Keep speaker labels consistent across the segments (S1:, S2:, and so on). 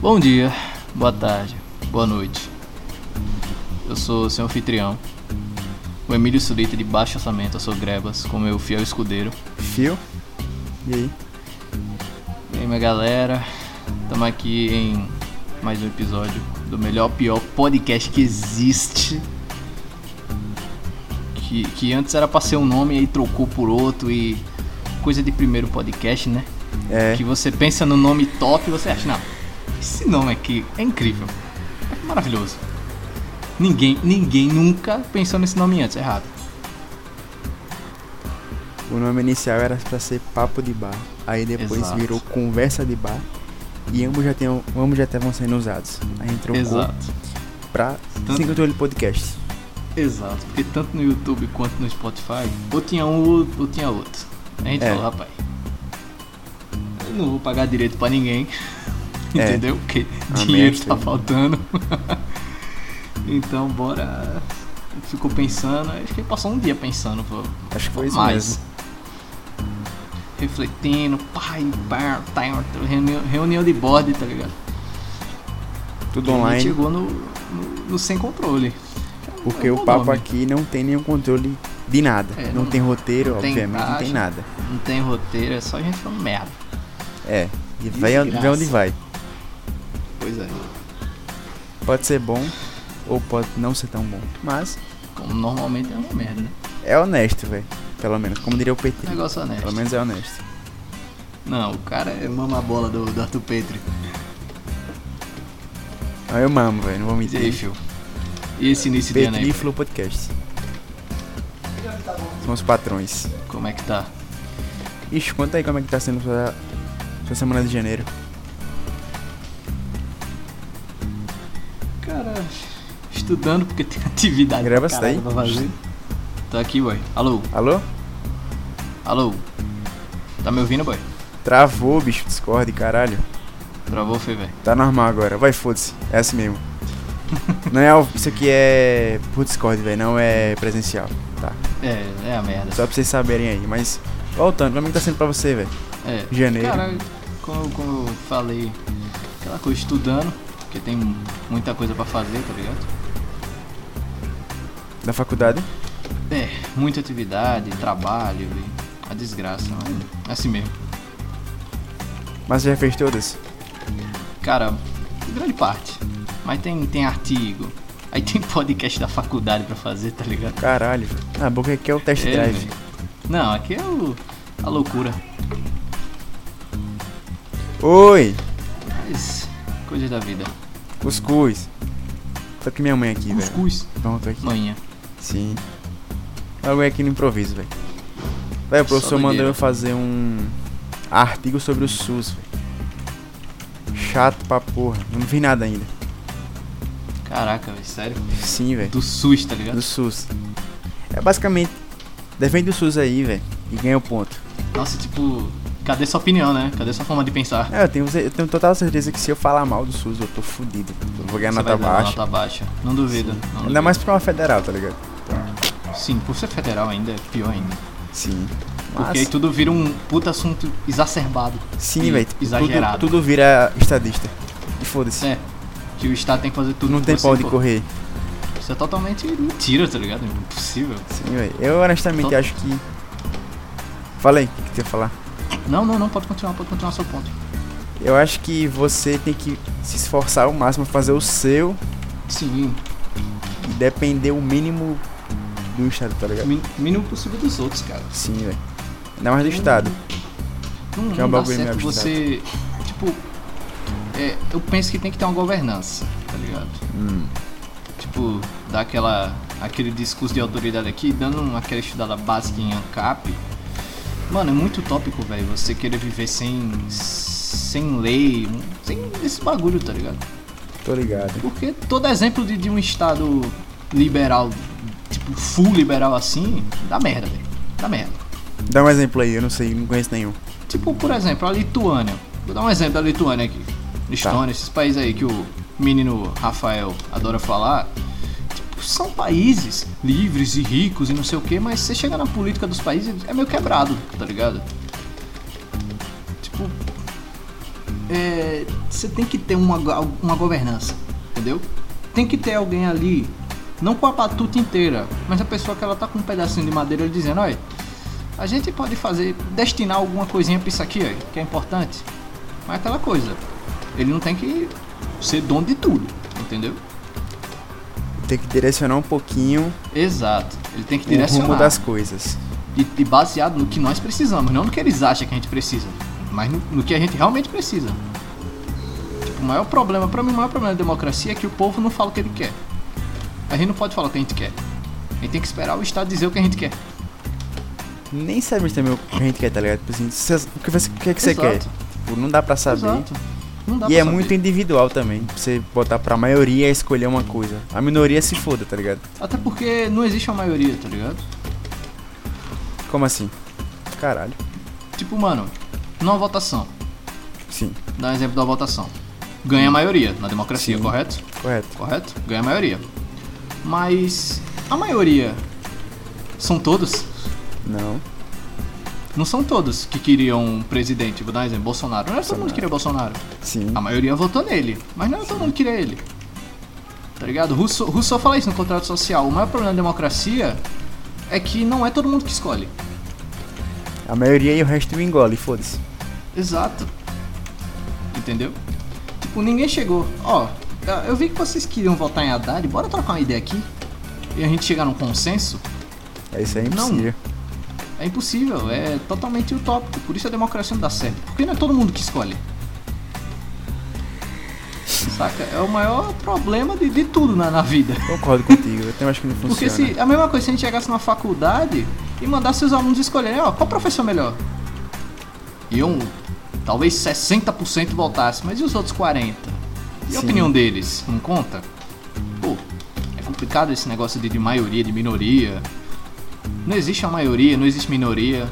S1: Bom dia, boa tarde, boa noite. Eu sou seu anfitrião, o Emílio Sulita de baixo orçamento, eu sou Grebas, com meu fiel escudeiro.
S2: Fio? E aí?
S1: E aí, minha galera, estamos aqui em mais um episódio do melhor pior podcast que existe. Que, que antes era pra ser um nome e aí trocou por outro e coisa de primeiro podcast, né?
S2: É.
S1: Que você pensa no nome top e você acha, não, esse nome aqui é incrível, é maravilhoso. Ninguém, ninguém nunca pensou nesse nome antes, errado.
S2: O nome inicial era pra ser Papo de Bar. Aí depois
S1: Exato.
S2: virou Conversa de Bar. E ambos já, tenham, ambos já estavam sendo usados. Aí entrou um
S1: Exato.
S2: pra
S1: Tanto-
S2: Sem Controle Podcast.
S1: Exato, porque tanto no YouTube quanto no Spotify, ou tinha um ou tinha outro. A gente
S2: É.
S1: falou, rapaz, eu não vou pagar direito pra ninguém,
S2: É.
S1: entendeu? Porque
S2: A
S1: dinheiro
S2: mestra
S1: tá
S2: aí.
S1: faltando. então, bora. Ficou pensando, acho que passou um dia pensando, pô,
S2: Acho que foi isso
S1: mais.
S2: mesmo.
S1: Refletindo, pai, pá, tá em uma reunião, reunião de board, tá ligado?
S2: Tudo
S1: E a gente
S2: online.
S1: chegou no, no- no sem controle.
S2: Porque
S1: é um
S2: o
S1: bom
S2: papo
S1: nome.
S2: aqui não tem nenhum controle de nada.
S1: É,
S2: não,
S1: não-
S2: tem roteiro,
S1: não tem
S2: obviamente, não tem
S1: taxa.
S2: nada.
S1: Não tem roteiro, é só a gente falando merda.
S2: É. E vai onde- vai onde vai.
S1: Pois é.
S2: Pode ser bom ou pode não ser tão bom. Mas
S1: Como normalmente é uma merda, né? Um
S2: é honesto, velho. Pelo menos. Como diria o PT.
S1: Negócio
S2: Pelo
S1: honesto.
S2: menos é honesto.
S1: Não, o cara é mama bola do, do Arthur Petri.
S2: Aí Ah, eu mamo, velho. Não vou
S1: E aí,
S2: mentir.
S1: fio? E esse início de ano aí?
S2: Petrífilo Podcast. São os patrões.
S1: Como é que tá?
S2: Ixi, conta aí como é que tá sendo sua, sua semana de janeiro.
S1: Cara, estudando porque tem atividade.
S2: Grava
S1: pra caralho
S2: isso daí.
S1: pra fazer. Tá aqui, boy. Alô,
S2: Alô?
S1: alô. Tá me ouvindo, boy?
S2: Travou, bicho. Discord, caralho.
S1: Travou, foi, velho.
S2: Tá normal agora. Vai, foda-se. É assim mesmo. Não é ao- Isso aqui é por Discord, velho. Não é presencial. Tá.
S1: É, é a merda.
S2: Só pra vocês saberem aí. Mas, voltando, como é que tá sendo pra você, velho?
S1: É.
S2: Janeiro.
S1: Cara, como, como eu falei, aquela coisa estudando, porque tem muita coisa pra fazer, tá ligado?
S2: Da faculdade?
S1: É, muita atividade, trabalho, e a desgraça, mas é assim mesmo.
S2: Mas você já fez todas?
S1: Cara, grande parte. Mas tem, tem artigo, aí tem podcast da faculdade pra fazer, tá ligado?
S2: Caralho, velho. Ah, boca aqui é o test
S1: É,
S2: drive.
S1: velho. Não, aqui é o, a loucura.
S2: Oi!
S1: Mas, coisas da vida.
S2: Cuscuz. Tá com minha mãe aqui, velho.
S1: Cuscuz.
S2: Pronto aqui.
S1: Manhã.
S2: Sim. Algo é aqui no improviso, velho. Velho, o
S1: Só
S2: professor mandou
S1: doideira.
S2: eu fazer um artigo sobre o SUS, velho. Chato pra porra. Eu não vi nada ainda.
S1: Caraca, velho, sério.
S2: Sim, velho.
S1: Do SUS, tá ligado?
S2: Do SUS. É basicamente. Defende o SUS aí, velho. E ganha o ponto.
S1: Nossa, tipo, cadê sua opinião, né? Cadê sua forma de pensar?
S2: É, eu tenho, eu tenho total certeza que se eu falar mal do SUS, eu tô fudido. Eu vou ganhar
S1: Você
S2: nota
S1: vai dar uma
S2: tá baixa.
S1: Nota baixa. Não duvido. não
S2: Ainda
S1: duvido.
S2: mais pra uma federal, tá ligado?
S1: Sim, por ser federal ainda é pior ainda.
S2: Sim.
S1: Porque aí
S2: Mas,
S1: tudo vira um puta assunto exacerbado.
S2: sim, velho. tipo,
S1: exagerado.
S2: Tudo, tudo vira estadista. E foda-se.
S1: É. Que o Estado tem que fazer tudo
S2: não
S1: por
S2: tem
S1: você,
S2: pau de
S1: pô.
S2: correr.
S1: Isso é totalmente mentira, tá ligado? Impossível.
S2: Sim, velho. Eu honestamente
S1: Tô-
S2: acho que. Falei, o que que você ia falar?
S1: Não, não, não, pode continuar, pode continuar seu ponto.
S2: Eu acho que você tem que se esforçar ao máximo, fazer o seu
S1: Sim,
S2: e depender o mínimo do Estado, tá ligado?
S1: mi- mínimo possível dos outros, cara.
S2: Sim, velho. Ainda mais do Estado.
S1: Não,
S2: Que é um
S1: não dá
S2: bagulho meio
S1: certo você. Tipo. é, eu penso que tem que ter uma governança, tá ligado?
S2: Hum.
S1: Tipo, dar aquela, aquele discurso de autoridade aqui, dando uma- aquela estudada básica em ANCAP. Mano, é muito tópico, velho, você querer viver sem. sem lei, sem esse bagulho, tá ligado?
S2: Tô ligado.
S1: Porque todo exemplo de, de um estado liberal, tipo, full liberal assim, dá merda, velho. Dá merda.
S2: Dá um exemplo aí, eu não sei, não conheço nenhum.
S1: Tipo, por exemplo, a Lituânia. Vou dar um exemplo da Lituânia aqui. Estônia, esses países aí que o menino Rafael adora falar. Tipo, são países livres e ricos e não sei o que, mas você chega na política dos países, é meio quebrado, tá ligado? Tipo. é, você tem que ter uma, go- uma governança, entendeu? Tem que ter alguém ali, não com a batuta inteira, mas a pessoa que ela tá com um pedacinho de madeira dizendo, olha, a gente pode fazer, destinar alguma coisinha pra isso aqui, olha, que é importante. Mas aquela coisa, ele não tem que ser dono de tudo, entendeu?
S2: Tem que direcionar um pouquinho
S1: Exato. Ele tem que
S2: o
S1: direcionar.
S2: rumo das coisas.
S1: e, e baseado no que nós precisamos, não no que eles acham que a gente precisa, mas no, no que a gente realmente precisa. Tipo, o maior problema, pra mim, o maior problema da democracia é que o povo não fala o que ele quer. A gente não pode falar o que a gente quer. A gente tem que esperar o Estado dizer o que a gente quer.
S2: Nem sabemos também o que a gente quer, tá ligado? Tipo assim, cê- o que, você- o que é que você quer?
S1: Exato.
S2: Tipo, não dá pra saber.
S1: Exato. Não dá
S2: E
S1: pra
S2: é
S1: saber.
S2: muito individual também. pra Você botar pra maioria escolher uma coisa. A minoria se foda, tá ligado?
S1: Até porque não existe uma maioria, tá ligado?
S2: Como assim? Caralho.
S1: Tipo, mano, numa votação,
S2: Sim,
S1: dá um exemplo da votação. Ganha a maioria na democracia,
S2: Sim.
S1: correto?
S2: correto.
S1: Correto? Ganha a maioria. Mas a maioria são todos?
S2: Não.
S1: Não são todos que queriam um presidente, vou dar um exemplo, Bolsonaro. Não é todo mundo que queria Bolsonaro.
S2: Sim.
S1: A maioria votou nele, mas não é todo mundo que queria ele. Tá ligado? Rousseau, Rousseau fala isso no contrato social. O maior problema da democracia é que não é todo mundo que escolhe.
S2: A maioria e o resto engole, foda-se.
S1: Exato. Entendeu? Tipo, ninguém chegou. Ó, eu vi que vocês queriam votar em Haddad, bora trocar uma ideia aqui. E a gente chegar num consenso.
S2: É isso aí,
S1: Não.
S2: impossível.
S1: É impossível, é totalmente utópico. Por isso a democracia não dá certo. Porque não é todo mundo que escolhe. Saca? É o maior problema de, de tudo na, na vida.
S2: Concordo contigo, eu também acho que não funciona.
S1: Porque se é a mesma coisa se a gente chegasse numa faculdade e mandasse os alunos escolherem, ó, qual professor melhor? E um, talvez 60% voltasse, mas e os outros 40? E a
S2: Sim.
S1: opinião deles? Não conta? Pô, é complicado esse negócio de, de maioria, de minoria. Não existe a maioria, não existe minoria.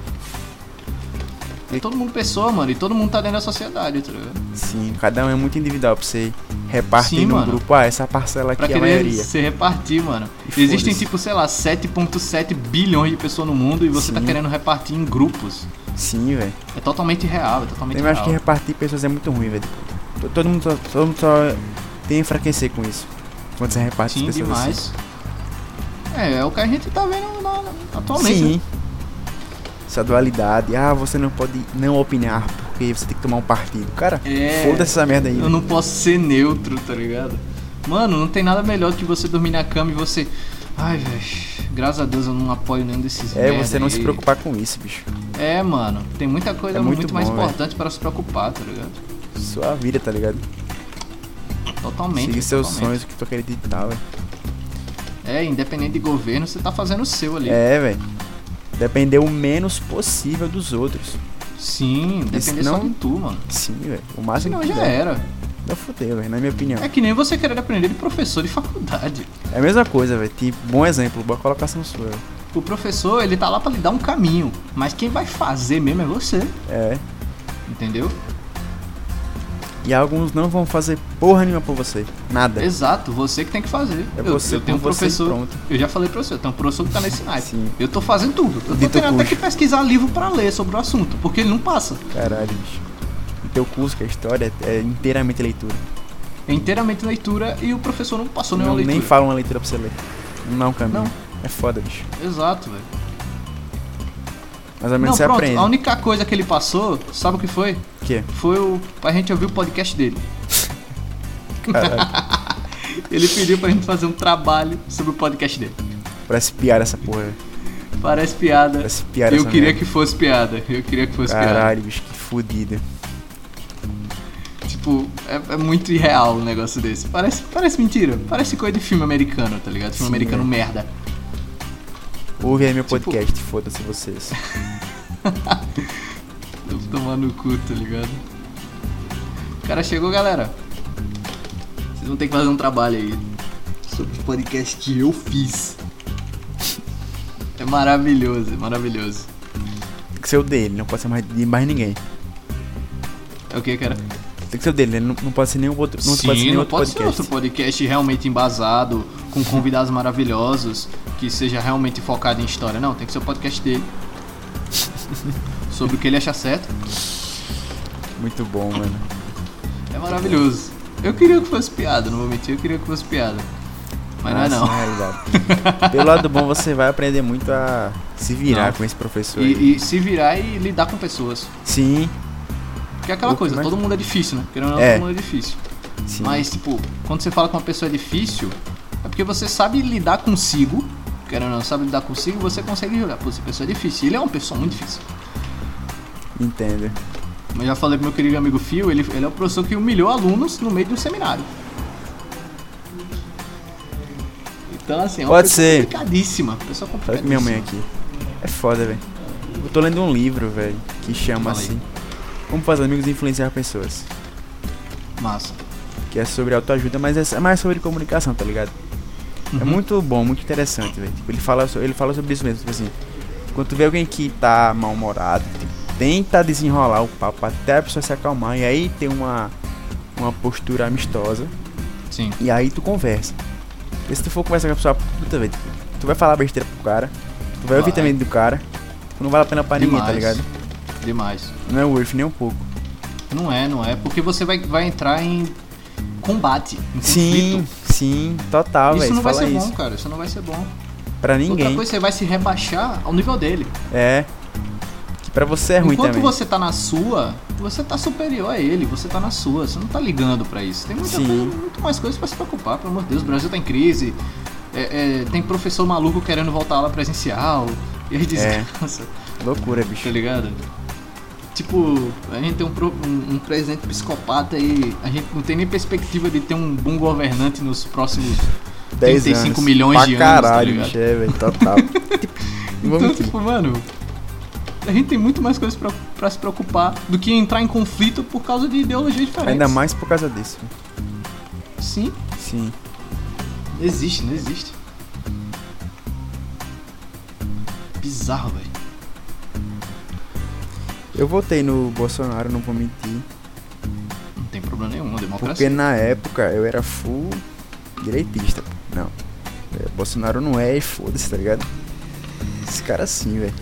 S1: É todo mundo pessoa, mano, e todo mundo tá dentro da sociedade, tá ligado?
S2: Sim, cada um é muito individual pra você repartir
S1: Sim,
S2: num
S1: mano.
S2: grupo. Ah, essa parcela aqui
S1: Pra
S2: é a
S1: querer
S2: maioria.
S1: se repartir, mano.
S2: E
S1: Existem
S2: foda-se.
S1: tipo, sei lá, 7.7 bilhões de pessoas no mundo e você tá
S2: Sim.
S1: querendo repartir em grupos.
S2: Sim, velho.
S1: É totalmente real, é totalmente
S2: Eu acho que
S1: real.
S2: repartir pessoas é muito ruim, velho. T- Todo mundo, só, todo mundo só tem a enfraquecer com isso. Quando você reparte
S1: Sim,
S2: as pessoas assim.
S1: demais. É, é o que a gente tá vendo na- na- atualmente. né?
S2: Sim. Essa dualidade. Ah, você não pode não opinar porque você tem que tomar um partido. Cara,
S1: É.
S2: foda-se essa merda aí.
S1: Eu não posso ser neutro, tá ligado? Mano, não tem nada melhor do que você dormir na cama e você. Ai, velho. Graças a Deus eu não apoio nenhum desses
S2: É,
S1: merda
S2: você não se
S1: aí.
S2: preocupar com isso, bicho.
S1: É, mano. Tem muita coisa
S2: É muito
S1: muito, mais
S2: bom, velho.
S1: importante pra se preocupar, tá ligado?
S2: Sua vida, tá ligado?
S1: Totalmente.
S2: Seguir seus
S1: totalmente.
S2: sonhos, o que tu acredita e tal, velho.
S1: É, independente de governo, você tá fazendo o seu ali.
S2: É, velho. Depender o menos possível dos outros.
S1: Sim, depender só
S2: não- Assim
S1: de tu, mano.
S2: Sim, velho. O
S1: Se
S2: máximo
S1: não,
S2: que
S1: já é.
S2: puder.
S1: era.
S2: Não fudeu, velho, na minha opinião.
S1: É que nem você querer aprender de professor de faculdade.
S2: É a mesma coisa, velho. Tipo, bom exemplo, boa colocação sua. velho.
S1: O professor, ele tá lá pra lhe dar um caminho, mas quem vai fazer mesmo é você,
S2: É.
S1: entendeu?
S2: E alguns não vão fazer porra nenhuma por você. Nada.
S1: Exato, você que tem que fazer.
S2: É você
S1: eu, eu tenho um
S2: por você
S1: professor.
S2: e pronto.
S1: Eu já falei pra você, eu tenho um professor que tá nesse naipe.
S2: Sim.
S1: Eu tô fazendo tudo. Eu tô
S2: Dito
S1: tendo até
S2: cujo.
S1: que pesquisar livro pra ler sobre o assunto, porque ele não passa.
S2: Caralho, bicho. O teu curso, que é história, é inteiramente leitura.
S1: É inteiramente leitura e o professor não passou nenhuma
S2: Não,
S1: leitura.
S2: nem fala uma leitura pra você ler. Não é um caminho.
S1: Não.
S2: É foda, bicho.
S1: Exato, velho.
S2: Mas ao
S1: Não,
S2: menos você
S1: pronto,
S2: aprende.
S1: a única coisa que ele passou, sabe o que foi?
S2: O quê?
S1: Foi o. A gente ouvir o podcast dele.
S2: Caralho.
S1: Ele pediu pra gente fazer um trabalho sobre o podcast dele.
S2: Parece piada essa porra, velho.
S1: Parece piada.
S2: Parece piada
S1: Eu
S2: essa
S1: queria
S2: merda.
S1: que fosse piada. Eu queria que fosse
S2: Caralho, bicho, que fodido.
S1: piada. Tipo, é, é muito irreal um negócio desse. Parece, parece mentira. Parece coisa de filme americano, tá ligado? Filme
S2: Sim,
S1: americano
S2: é.
S1: merda.
S2: Ouve aí meu
S1: Tipo-
S2: podcast, foda-se vocês.
S1: Eu vou tomar no cu, tá ligado? O cara chegou, galera. Vocês vão ter que fazer um trabalho aí. Sobre o podcast que eu fiz. É maravilhoso, é maravilhoso.
S2: Tem que ser o dele, não pode ser mais de mais ninguém.
S1: É o que, cara?
S2: Tem que ser o dele, ele não, não pode ser nenhum outro, não
S1: Sim,
S2: pode ser nenhum
S1: não
S2: outro
S1: pode ser
S2: podcast.
S1: outro podcast realmente embasado, com convidados maravilhosos, que seja realmente focado em história. Não, tem que ser o podcast dele. Sobre o que ele acha certo.
S2: Muito bom, mano.
S1: É maravilhoso. Eu queria que fosse piada, não vou mentir, eu queria que fosse piada. Mas não
S2: Nossa,
S1: é não.
S2: na realidade. Pelo lado bom, você vai aprender muito a se virar
S1: Não.
S2: com esse professor. aí.
S1: E, e se virar e lidar com pessoas.
S2: Sim,
S1: Porque é aquela
S2: Pouco
S1: coisa,
S2: mais-
S1: todo mundo é difícil, né? Querendo ou não,
S2: É.
S1: todo mundo é difícil.
S2: sim.
S1: Mas, tipo, quando você fala que uma pessoa é difícil, é porque você sabe lidar consigo. Querendo ou não, sabe lidar consigo, você consegue jogar. Pô, essa pessoa é difícil. Ele é uma pessoa muito difícil.
S2: Entendo.
S1: Mas já falei pro meu querido amigo Fio, ele, ele é o professor que humilhou alunos no meio de um seminário. Então, assim, é uma
S2: Pode
S1: pessoa
S2: ser.
S1: complicadíssima. Pessoa
S2: Sabe que
S1: complicadíssima.
S2: minha mãe aqui. É foda, velho. Eu tô lendo um livro, velho, que chama
S1: Fala aí.
S2: assim. Como fazer amigos e influenciar pessoas.
S1: Massa.
S2: Que é sobre autoajuda, mas é mais sobre comunicação, tá ligado? É
S1: Uhum.
S2: muito bom, muito interessante, velho. Tipo, ele fala, so- ele fala sobre isso mesmo, tipo assim. Quando tu vê alguém que tá mal-humorado, tipo, tenta desenrolar o papo até a pessoa se acalmar. E aí tem uma, uma postura amistosa.
S1: Sim.
S2: E aí tu conversa. Porque se tu for conversar com a pessoa, puta, velho, tipo, tu vai falar besteira pro cara. Tu vai ouvir
S1: Vai.
S2: também do cara. Tipo, não vale a pena pra ninguém, tá
S1: Demais.
S2: ligado?
S1: Demais.
S2: Não é worth nem um pouco.
S1: Não é, não é. Porque você vai, vai entrar em combate, em
S2: Sim,
S1: conflito.
S2: sim, total,
S1: isso
S2: velho.
S1: não vai
S2: Fala
S1: ser
S2: isso.
S1: bom, cara. Isso não vai ser bom.
S2: Pra
S1: Outra
S2: ninguém.
S1: coisa, você vai se rebaixar ao nível dele.
S2: É. Que pra você é ruim
S1: Enquanto
S2: também.
S1: você tá na sua, você tá superior a ele, você tá na sua, você não tá ligando pra isso. Tem muita
S2: Sim.
S1: coisa, muito mais coisas pra se preocupar, pelo amor de Deus. O Brasil tá em crise, é, é, tem professor maluco querendo voltar à aula presencial, e
S2: É.
S1: aí desgraça,
S2: Loucura,
S1: tá
S2: bicho.
S1: ligado? Tipo, a gente tem um, pro- um- um presidente psicopata e a gente não tem nem perspectiva de ter um bom governante nos próximos
S2: 10
S1: 35
S2: anos.
S1: milhões
S2: pra
S1: de anos, tá
S2: caralho,
S1: ligado?
S2: bicho, é, velho, total. Não vou
S1: Então,
S2: mentir.
S1: tipo, mano, a gente tem muito mais coisas pra, pra se preocupar do que entrar em conflito por causa de ideologias diferentes.
S2: Ainda mais por causa disso. velho.
S1: Sim,
S2: Sim.
S1: não existe, não existe. Bizarro, velho.
S2: Eu votei no Bolsonaro, não vou mentir.
S1: Não tem problema nenhum, a
S2: Porque
S1: democracia.
S2: na época eu era full direitista. pô. Não. É, Bolsonaro não é e foda-se, tá ligado? Esse cara sim, velho.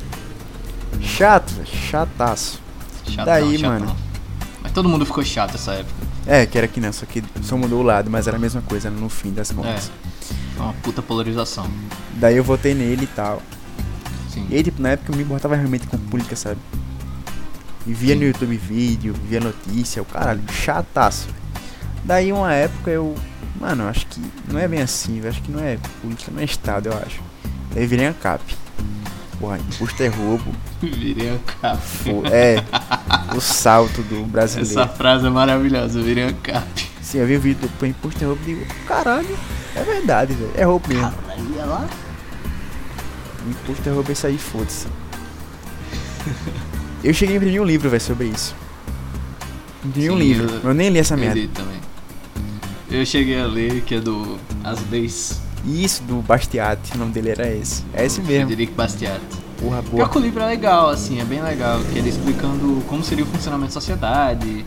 S2: Chato, velho. Chataço.
S1: Chatão,
S2: daí,
S1: chatão.
S2: mano.
S1: Mas todo mundo ficou chato essa época.
S2: É, que era que não, só que só mudou o lado, mas era a mesma coisa no fim das
S1: É.
S2: contas.
S1: Foi uma puta polarização.
S2: Daí eu votei nele e tal.
S1: Sim.
S2: E aí, tipo, na época eu me importava realmente com política, sabe? E via no YouTube vídeo, via notícia, o caralho, chataço. Daí uma época eu. Mano, acho que não é bem assim, velho. Acho que não é política, não é Estado, eu acho. Daí virei ANCAP. Porra, imposto é roubo.
S1: Virei a cap.
S2: Pô, é. O salto do brasileiro.
S1: Essa frase é maravilhosa, virei a cap.
S2: Sim, eu vi o vídeo do imposto é roubo e digo, caralho, é verdade, velho. É roubo mesmo.
S1: Olha lá.
S2: Imposto é roubo é isso aí, foda-se. Eu cheguei a imprimir um livro, velho, sobre isso. Imprimi um
S1: Sim,
S2: livro.
S1: eu-
S2: mas Eu... nem li essa
S1: Eu
S2: merda.
S1: li também. Eu cheguei a ler que é do As Leis
S2: Isso do Bastiat, o nome dele era esse. É esse
S1: do
S2: mesmo.
S1: Frederico Bastiat.
S2: Porra,
S1: Pior
S2: boa.
S1: que Assim o livro é legal, assim, é bem legal, que ele explicando como seria o funcionamento da sociedade,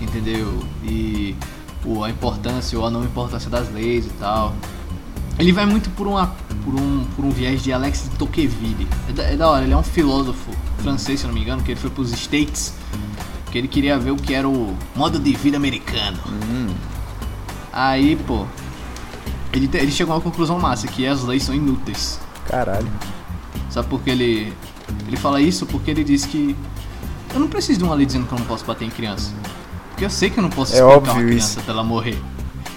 S1: entendeu? E o, a importância ou a não importância das leis e tal. Ele vai muito por, uma, por, um, por um viés de Alex de Tocqueville. É da, é da hora, ele é um filósofo francês, se eu não me engano, que ele foi pros States, que ele queria ver o que era o modo de vida americano.
S2: Hum,
S1: Aí, pô, ele, te- ele chegou a uma conclusão massa, que as leis são inúteis.
S2: caralho.
S1: Sabe por que ele, ele fala isso? Porque ele diz que eu não preciso de uma lei dizendo que eu não posso bater em criança. Porque eu sei que eu não posso
S2: É
S1: espancar uma
S2: óbvio
S1: criança
S2: isso.
S1: até ela morrer.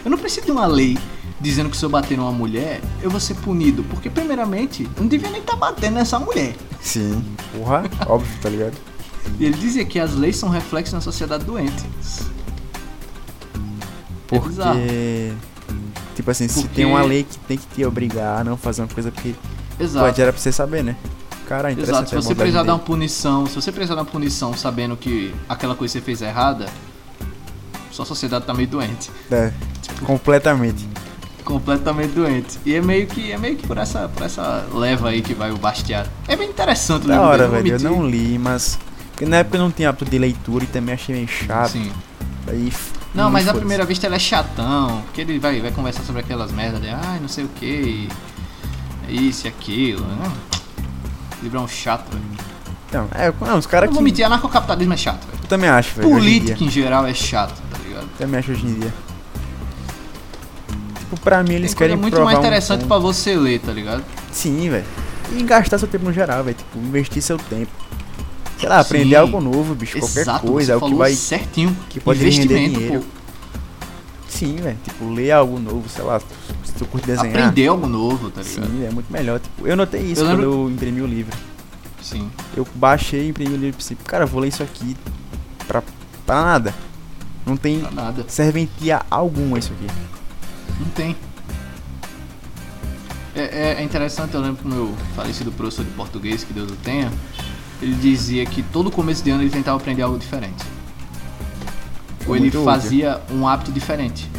S1: Eu não preciso de uma lei dizendo que se eu bater numa mulher, eu vou ser punido. Porque, primeiramente, eu não devia nem estar batendo nessa mulher.
S2: Sim. Porra, óbvio, tá ligado?
S1: É E ele dizia que as leis são reflexos na sociedade doente. É bizarro.
S2: Porque. Tipo assim, se
S1: Porque-
S2: tem uma lei que tem que te obrigar a não fazer uma coisa porque.
S1: Exato.
S2: Pode era pra você saber, né? Caralho,
S1: Exato,
S2: interessante é
S1: se
S2: a
S1: você
S2: abordagem
S1: precisar dar um uma
S2: dele.
S1: punição, se você precisar dar uma punição sabendo que aquela coisa que você fez é errada, sua sociedade tá meio doente. Tipo,
S2: É, completamente.
S1: completamente doente. E é meio que é meio que por essa, por essa leva aí que vai o Bastiat. É bem interessante o
S2: Da
S1: livro
S2: hora,
S1: dele,
S2: velho. Eu
S1: vou mentir.
S2: não li, mas. Porque na época eu não tinha hábito de leitura e também achei meio chato.
S1: Sim.
S2: Aí, f-
S1: Não,
S2: hum,
S1: mas à
S2: Ah, foda-se.
S1: primeira vista ele é chatão, porque ele vai, vai conversar sobre aquelas merdas de ai, não sei o que, isso e aquilo, né? O livro é um chato, velho.
S2: Não, é, não, os caras
S1: Eu vou
S2: que.
S1: mentir, anarcocapitalismo é chato, velho.
S2: Eu também acho, velho. hoje em
S1: Política
S2: dia.
S1: em geral é chato, tá ligado?
S2: Também acho hoje em dia. Tipo, pra mim eles
S1: Tem coisa
S2: querem
S1: muito
S2: provar
S1: mais
S2: um
S1: interessante
S2: ponto.
S1: pra você ler, tá ligado?
S2: Sim, velho. E gastar seu tempo no geral, velho. Tipo, investir seu tempo. Sei lá, aprender
S1: Sim.
S2: algo novo, bicho.
S1: Exato,
S2: qualquer coisa.
S1: você
S2: É o que
S1: falou
S2: vai.
S1: certinho.
S2: que pode render
S1: Investimento,
S2: dinheiro.
S1: pô.
S2: Sim, velho. Tipo, ler algo novo, sei lá. Se tu curte desenhar.
S1: Aprender algo novo, tá ligado?
S2: Sim, é muito melhor. Tipo, eu notei isso
S1: Eu
S2: quando
S1: lembro-
S2: eu imprimi o livro.
S1: Sim.
S2: Eu baixei e imprimi o livro e pensei, cara, eu vou ler isso aqui pra, pra nada. Não tem
S1: Pra nada.
S2: serventia alguma isso aqui.
S1: Não tem. É, é- é interessante, eu lembro que o meu falecido professor de português, que Deus o tenha, ele dizia que todo começo de ano ele tentava aprender algo diferente. Ou ele
S2: Muito útil.
S1: fazia um hábito diferente.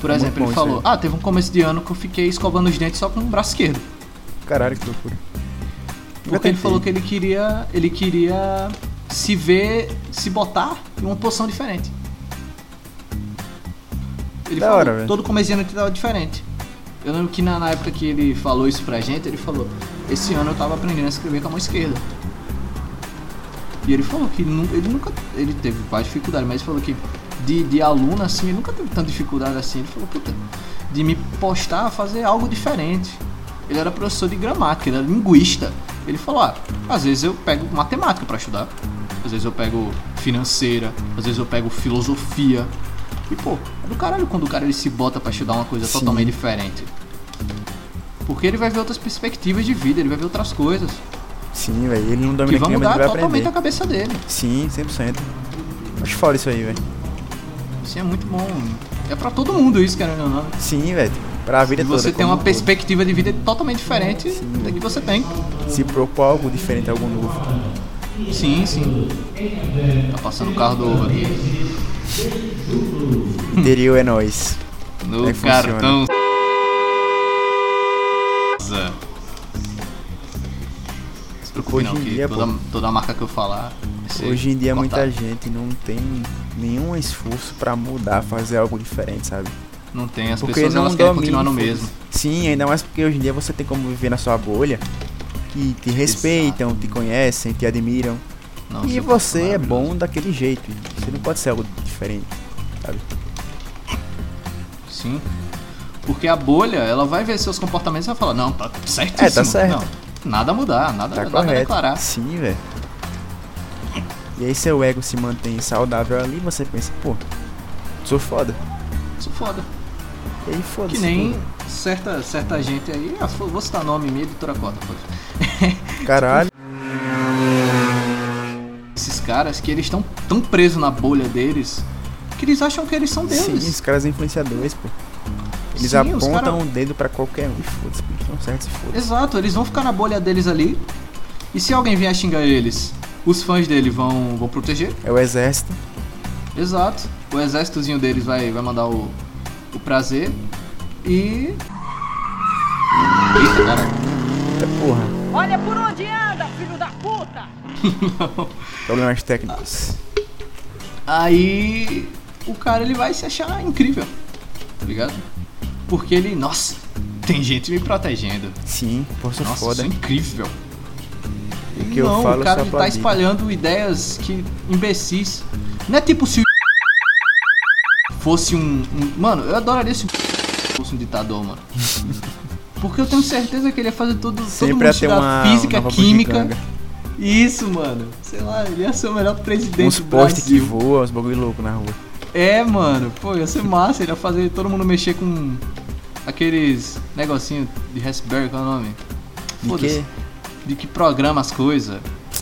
S1: Por
S2: É muito
S1: exemplo,
S2: bom
S1: ele
S2: isso
S1: falou:
S2: aí.
S1: Ah, teve um começo de ano que eu fiquei escovando os dentes só com o braço esquerdo.
S2: Caralho, que loucura. Nunca
S1: Porque ele
S2: tentei.
S1: falou que ele queria, ele queria se ver, se botar em uma posição diferente. Ele
S2: Da
S1: falou,
S2: hora, velho.
S1: todo comezinho ele tava diferente. Eu lembro que na, na época que ele falou isso pra gente, ele falou, esse ano eu tava aprendendo a escrever com a mão esquerda. E ele falou que nu- ele nunca, ele teve quase dificuldade, mas ele falou que de, de aluno assim, ele nunca teve tanta dificuldade assim. Ele falou, puta, de me postar a fazer algo diferente. Ele era professor de gramática, ele era linguista. Ele falou, ah, às vezes eu pego matemática pra estudar, às vezes eu pego financeira, às vezes eu pego filosofia. E pô, é do caralho quando o cara ele se bota pra estudar uma coisa
S2: Sim.
S1: totalmente diferente. Porque ele vai ver outras perspectivas de vida, ele vai ver outras coisas
S2: Sim, velho. Então Ele não
S1: que
S2: domina
S1: vão
S2: aqui, mas
S1: mudar
S2: ele vai
S1: totalmente
S2: aprender.
S1: a cabeça dele.
S2: Sim, 100%. Acho fora isso aí, velho.
S1: Isso é muito bom. É pra todo mundo isso, cara. Não, não.
S2: Sim, velho. Pra vida
S1: E
S2: toda.
S1: você tem
S2: É como
S1: uma
S2: um todo.
S1: perspectiva de vida totalmente diferente
S2: Sim.
S1: da que você tem.
S2: Se propor algo diferente, algo novo.
S1: Sim, sim. Tá passando o carro do ovo aqui. Uhum.
S2: Interior é nóis.
S1: No
S2: É que
S1: cartão. Se preocupe
S2: Hoje
S1: não,
S2: em
S1: que
S2: dia,
S1: toda,
S2: pô.
S1: toda marca que eu falar. vai ser
S2: Hoje em dia é muita
S1: cortada.
S2: gente não tem nenhum esforço pra mudar, fazer algo diferente, sabe?
S1: Não tem, as
S2: porque
S1: pessoas
S2: não
S1: elas querem
S2: domina,
S1: continuar no
S2: foda-se.
S1: mesmo.
S2: Sim, ainda mais porque hoje em dia você tem como viver na sua bolha, que te respeitam, te conhecem, te admiram.
S1: Não, Então,
S2: e
S1: seu
S2: você é
S1: maravilhoso.
S2: bom daquele jeito. e Você não pode ser algo diferente.
S1: Sim. Porque a bolha, ela vai ver seus comportamentos e vai falar, não, tá certíssimo.
S2: É, tá certo.
S1: Não, nada a mudar, nada,
S2: Tá
S1: nada a
S2: correto.
S1: declarar.
S2: Sim, velho. E aí seu ego se mantém saudável ali, você pensa, pô, sou foda.
S1: Isso é foda.
S2: E aí foda-se.
S1: Que nem
S2: tudo.
S1: certa, certa gente aí, ah, fo- vou citar nome minha editora cota, foda-se.
S2: Caralho.
S1: Esses caras que eles estão tão presos na bolha deles que eles acham que eles são
S2: Sim,
S1: deuses.
S2: os caras influenciadores, pô. Eles
S1: Sim, os
S2: apontam
S1: cara-
S2: o dedo pra qualquer um. E foda-se, pô, eles estão certos e foda-se.
S1: Exato, eles vão ficar na bolha deles ali. E se alguém vier xingar eles, os fãs dele vão, vão proteger.
S2: É o exército.
S1: Exato. O exércitozinho deles vai, vai mandar o, o prazer. E. Eita, cara.
S2: Eita porra.
S3: Olha por onde anda, filho da puta!
S2: Problemas técnicos.
S1: Aí o cara ele vai se achar incrível, tá ligado? Porque ele, nossa, tem gente me protegendo.
S2: Sim, pô, sou
S1: Nossa, isso
S2: foda.
S1: é incrível.
S2: O que eu
S1: não,
S2: falo
S1: o cara
S2: só
S1: ele tá
S2: aplaudido.
S1: espalhando ideias que imbecis. Não é tipo se o fosse um, um- mano, eu adoraria se o fosse um ditador, mano. Porque eu tenho certeza que ele ia fazer tudo, todo
S2: Sempre
S1: mundo
S2: ia ter uma
S1: estudar física,
S2: nova
S1: química.
S2: bugiganga.
S1: Isso, mano. Sei lá, ele ia ser o melhor presidente
S2: Uns
S1: do
S2: postes que
S1: Brasil.
S2: voam, uns bagulho louco na rua.
S1: É, mano, pô, ia ser massa, ele ia fazer todo mundo mexer com aqueles negocinho de Raspberry, qual é o nome?
S2: De
S1: Foda-se.
S2: que?
S1: De que programa as coisas.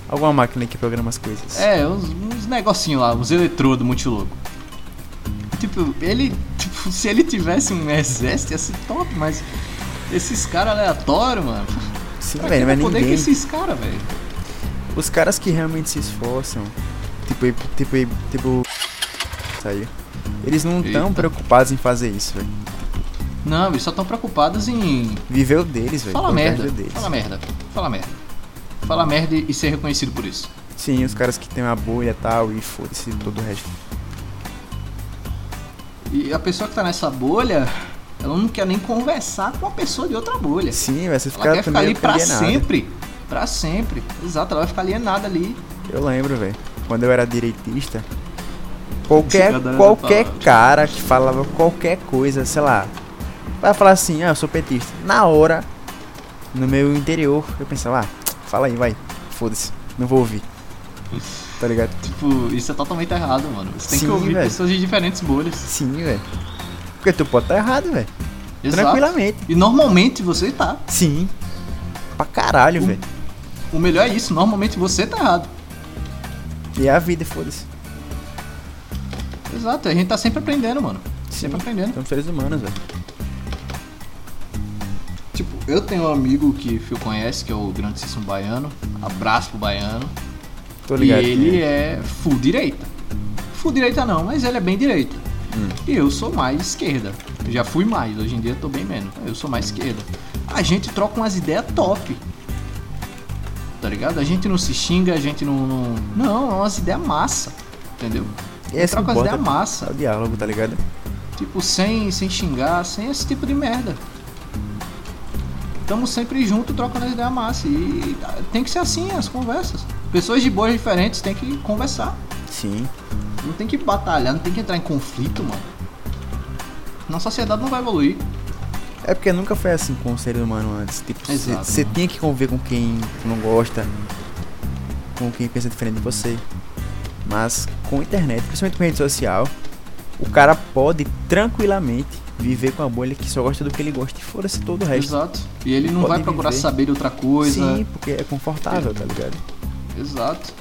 S2: Alguma máquina que programa as coisas.
S1: É, uns, uns negocinho lá, uns eletrodos muito louco. Tipo, ele. Tipo, se ele tivesse um exército ia ser top, mas esses caras aleatórios, mano.
S2: Sim,
S1: Pra
S2: velho,
S1: que
S2: Tá mas
S1: poder é que
S2: ninguém.
S1: esses caras, velho?
S2: Os caras que realmente se esforçam, tipo, tipo, tipo. Saiu. Eles não estão
S1: Eita.
S2: preocupados em fazer isso, velho.
S1: Não, eles só estão preocupados em
S2: Viveu deles, velho.
S1: falar
S2: o projeto
S1: merda.
S2: Deles.
S1: Fala merda. Fala merda. Fala merda e ser reconhecido por isso.
S2: Sim, os caras que tem uma bolha e tal, e foda-se todo o resto.
S1: E a pessoa que tá nessa bolha, ela não quer nem conversar com a pessoa de outra bolha.
S2: Sim, velho, esses
S1: É. Ela
S2: caras
S1: quer ficar
S2: também
S1: ali
S2: não
S1: pra
S2: entendem nada.
S1: sempre. Pra sempre. Exato, ela vai ficar alienada ali.
S2: Eu lembro, velho. Quando eu era direitista, Qualquer,
S1: Cada era
S2: qualquer
S1: palavra.
S2: cara que falava qualquer coisa, sei lá, vai falar assim, ah, eu sou petista. Na hora, no meu interior, eu pensava, ah, fala aí, vai, foda-se, não vou ouvir. Tá ligado?
S1: Tipo, isso é totalmente errado, mano. Você tem
S2: Sim,
S1: que ouvir
S2: velho.
S1: pessoas de diferentes bolhas.
S2: Sim, velho. Porque tu pode estar errado, velho.
S1: Exato.
S2: Tranquilamente.
S1: E normalmente você tá.
S2: Sim. Pra caralho,
S1: O-
S2: velho.
S1: O melhor é isso, normalmente você tá errado.
S2: E é a vida, foda-se.
S1: Exato, a gente tá sempre aprendendo, mano. Sempre
S2: Sim.
S1: aprendendo.
S2: Somos seres humanos, velho.
S1: Tipo, eu tenho um amigo que o Phil conhece, que é o grandíssimo baiano. Abraço pro baiano.
S2: Tô ligado.
S1: E ele é full direita. Full direita não, mas ele é bem direita.
S2: Hum.
S1: E eu sou mais esquerda. Eu já fui mais, hoje em dia eu tô bem menos. Eu sou mais esquerda. A gente troca umas ideias top. Tá ligado? A gente não se xinga, a gente não. Não, não é umas ideias massa. Entendeu?
S2: E esse
S1: troca umas
S2: bota
S1: ideias massa.
S2: o diálogo, tá ligado?
S1: Tipo, sem, sem xingar, sem esse tipo de merda. Estamos sempre juntos trocando as ideias massa. E tem que ser assim as conversas. Pessoas de boas diferentes têm que conversar.
S2: Sim.
S1: Não tem que batalhar, não tem que entrar em conflito, mano. Nossa sociedade não vai evoluir.
S2: É porque nunca foi assim com o ser humano antes. Tipo,
S1: Exato,
S2: você
S1: mano.
S2: tinha que conviver com quem tu não gosta, com quem pensa diferente de você. Mas com a internet, principalmente com rede social, o cara pode tranquilamente viver com a bolha que só gosta do que ele gosta e fora-se todo o resto.
S1: Exato. E ele não
S2: É Pode
S1: vai procurar
S2: viver.
S1: saber de outra coisa.
S2: Sim, porque é confortável, tá ligado?
S1: Exato.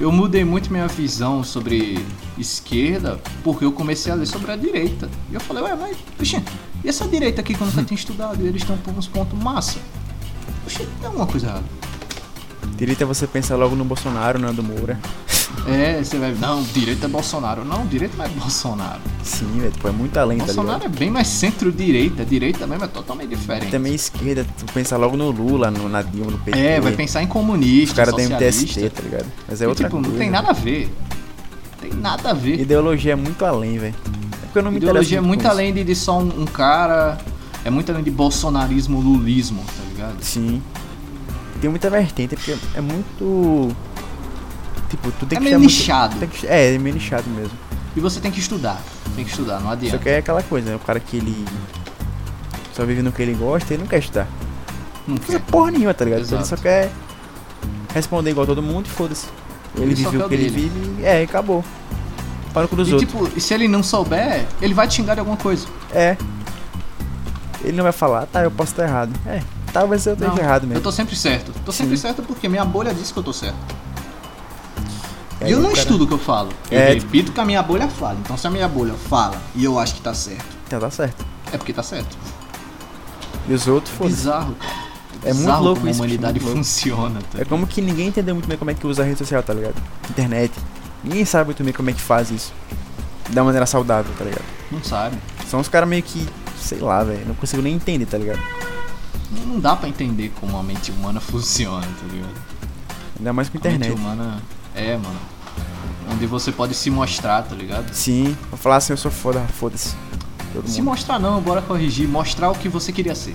S1: Eu mudei muito minha visão sobre esquerda porque eu comecei a ler sobre a direita. E eu falei, ué, mas, oxê, e essa direita aqui que eu nunca tinha estudado? E eles estão com uns pontos massa. Oxê, tem alguma coisa errada.
S2: Direita você pensa logo no Bolsonaro, Nando Moura. Uhum.
S1: É, você vai, não, direita é Bolsonaro. Não, direita não é Bolsonaro.
S2: Sim, velho, tipo, é muito além, tá ligado?
S1: Bolsonaro é bem mais centro-direita. Direita mesmo é totalmente diferente.
S2: Também esquerda, tu pensa logo no Lula, no, na Dilma, no PT.
S1: É, vai pensar em
S2: Os
S1: comunista,
S2: caras da
S1: socialista.
S2: MTST, tá ligado? Mas é
S1: E,
S2: outra
S1: tipo,
S2: coisa.
S1: não tem nada a ver. Tem nada a ver.
S2: Ideologia é muito além, velho. É porque eu não me
S1: Ideologia é
S2: interesso
S1: muito
S2: com
S1: além de, de só um, um cara. É muito além de bolsonarismo, lulismo, tá ligado?
S2: isso. Sim. Tem muita vertente, porque é muito. Tipo, tu tem
S1: É
S2: que
S1: meio
S2: estar muito-
S1: nichado.
S2: tem que- É, é meio lixado mesmo.
S1: E você tem que estudar. Tem que estudar, não
S2: Só
S1: adianta.
S2: que é aquela coisa, né? O cara que ele. Só vive no que ele gosta, ele não quer estudar.
S1: Não
S2: Não precisa
S1: quer.
S2: porra nenhuma, tá ligado? Ele só
S1: Exato.
S2: quer responder igual todo mundo e foda-se. Ele,
S1: Ele só
S2: vive
S1: quer
S2: o
S1: o
S2: que ele
S1: dele.
S2: vive e é, e acabou. Para com os
S1: E
S2: outros.
S1: tipo, e se ele não souber, ele vai te xingar de alguma coisa.
S2: É. Ele não vai falar, tá, eu posso estar errado. É, talvez eu esteja
S1: Não,
S2: errado mesmo.
S1: Eu tô sempre certo. Tô sempre
S2: Sim.
S1: certo porque minha bolha diz que eu tô certo.
S2: E aí
S1: E eu
S2: É, o
S1: não
S2: cara-
S1: estudo o que eu falo. Eu
S2: É.
S1: repito que a minha bolha fala. Então se a minha bolha fala e eu acho que tá certo,
S2: Tá, tá certo.
S1: é porque tá certo.
S2: E os outros, foda-se.
S1: Bizarro, cara.
S2: É muito
S1: Bizarro
S2: louco
S1: como
S2: isso,
S1: a
S2: bicho,
S1: humanidade
S2: muito louco.
S1: funciona. Tá?
S2: É como que ninguém entendeu muito bem como é que usa a rede social, tá ligado? Internet. Ninguém sabe muito bem como é que faz isso. Da maneira saudável, tá ligado?
S1: Não sabe.
S2: São os caras meio que, sei lá, velho. Não consigo nem entender, tá ligado?
S1: Não dá pra entender como a mente humana funciona, tá ligado?
S2: Ainda mais com
S1: A mente
S2: internet.
S1: humana é, mano. Onde você pode se mostrar, tá ligado?
S2: Sim, vou falar assim, eu sou foda, foda-se. Todo
S1: Se
S2: mundo.
S1: mostrar não, bora corrigir. Mostrar o que você queria ser.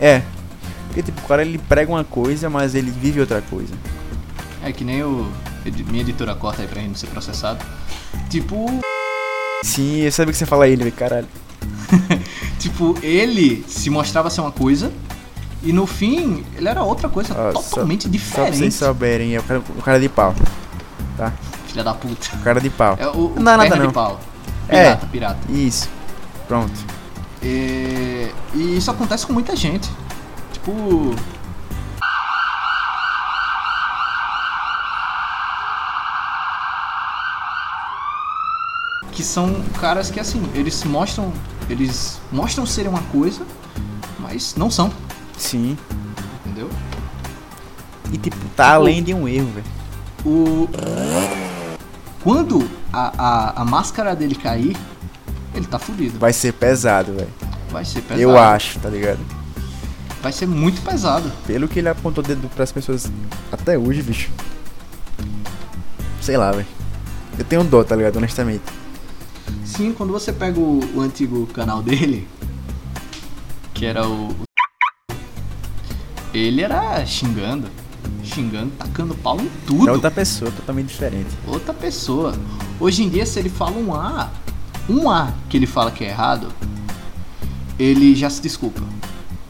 S2: É. Porque, tipo, o cara ele prega uma coisa, mas ele vive outra coisa.
S1: É que nem o. ed- Minha editora corta aí pra gente não ser processado. Tipo.
S2: Sim, eu sabia que você fala ele, velho, caralho.
S1: Tipo, ele se mostrava ser uma coisa. E no fim, ele era outra coisa
S2: Ó, Ah, só-
S1: totalmente
S2: Só pra vocês
S1: diferente.
S2: souberem, é o cara, o cara de pau. Tá?
S1: Filha da puta.
S2: O cara de pau.
S1: É o, o
S2: Não é nada
S1: perna
S2: não.
S1: de pau.
S2: É.
S1: Pirata, pirata.
S2: Isso. Pronto.
S1: É, e isso acontece com muita gente. Tipo. Que são caras que assim, eles mostram. Eles mostram serem uma coisa, mas não são,
S2: Sim.
S1: entendeu?
S2: E tipo, tá além de um erro, velho.
S1: O. Quando a, a, a máscara dele cair, ele tá fudido.
S2: Vai ser pesado, velho.
S1: Vai ser pesado.
S2: Eu acho, tá ligado?
S1: Vai ser muito pesado.
S2: Pelo que ele apontou o dedo pras pessoas até hoje, bicho. Sei lá, velho. Eu tenho dó, tá ligado? Honestamente.
S1: Sim, quando você pega o, o antigo canal dele, que era o. o Ele era xingando, xingando, tacando pau em tudo.
S2: É outra pessoa totalmente diferente.
S1: Outra pessoa. Hoje em dia, se ele fala um A, um A que ele fala que é errado, ele já se desculpa.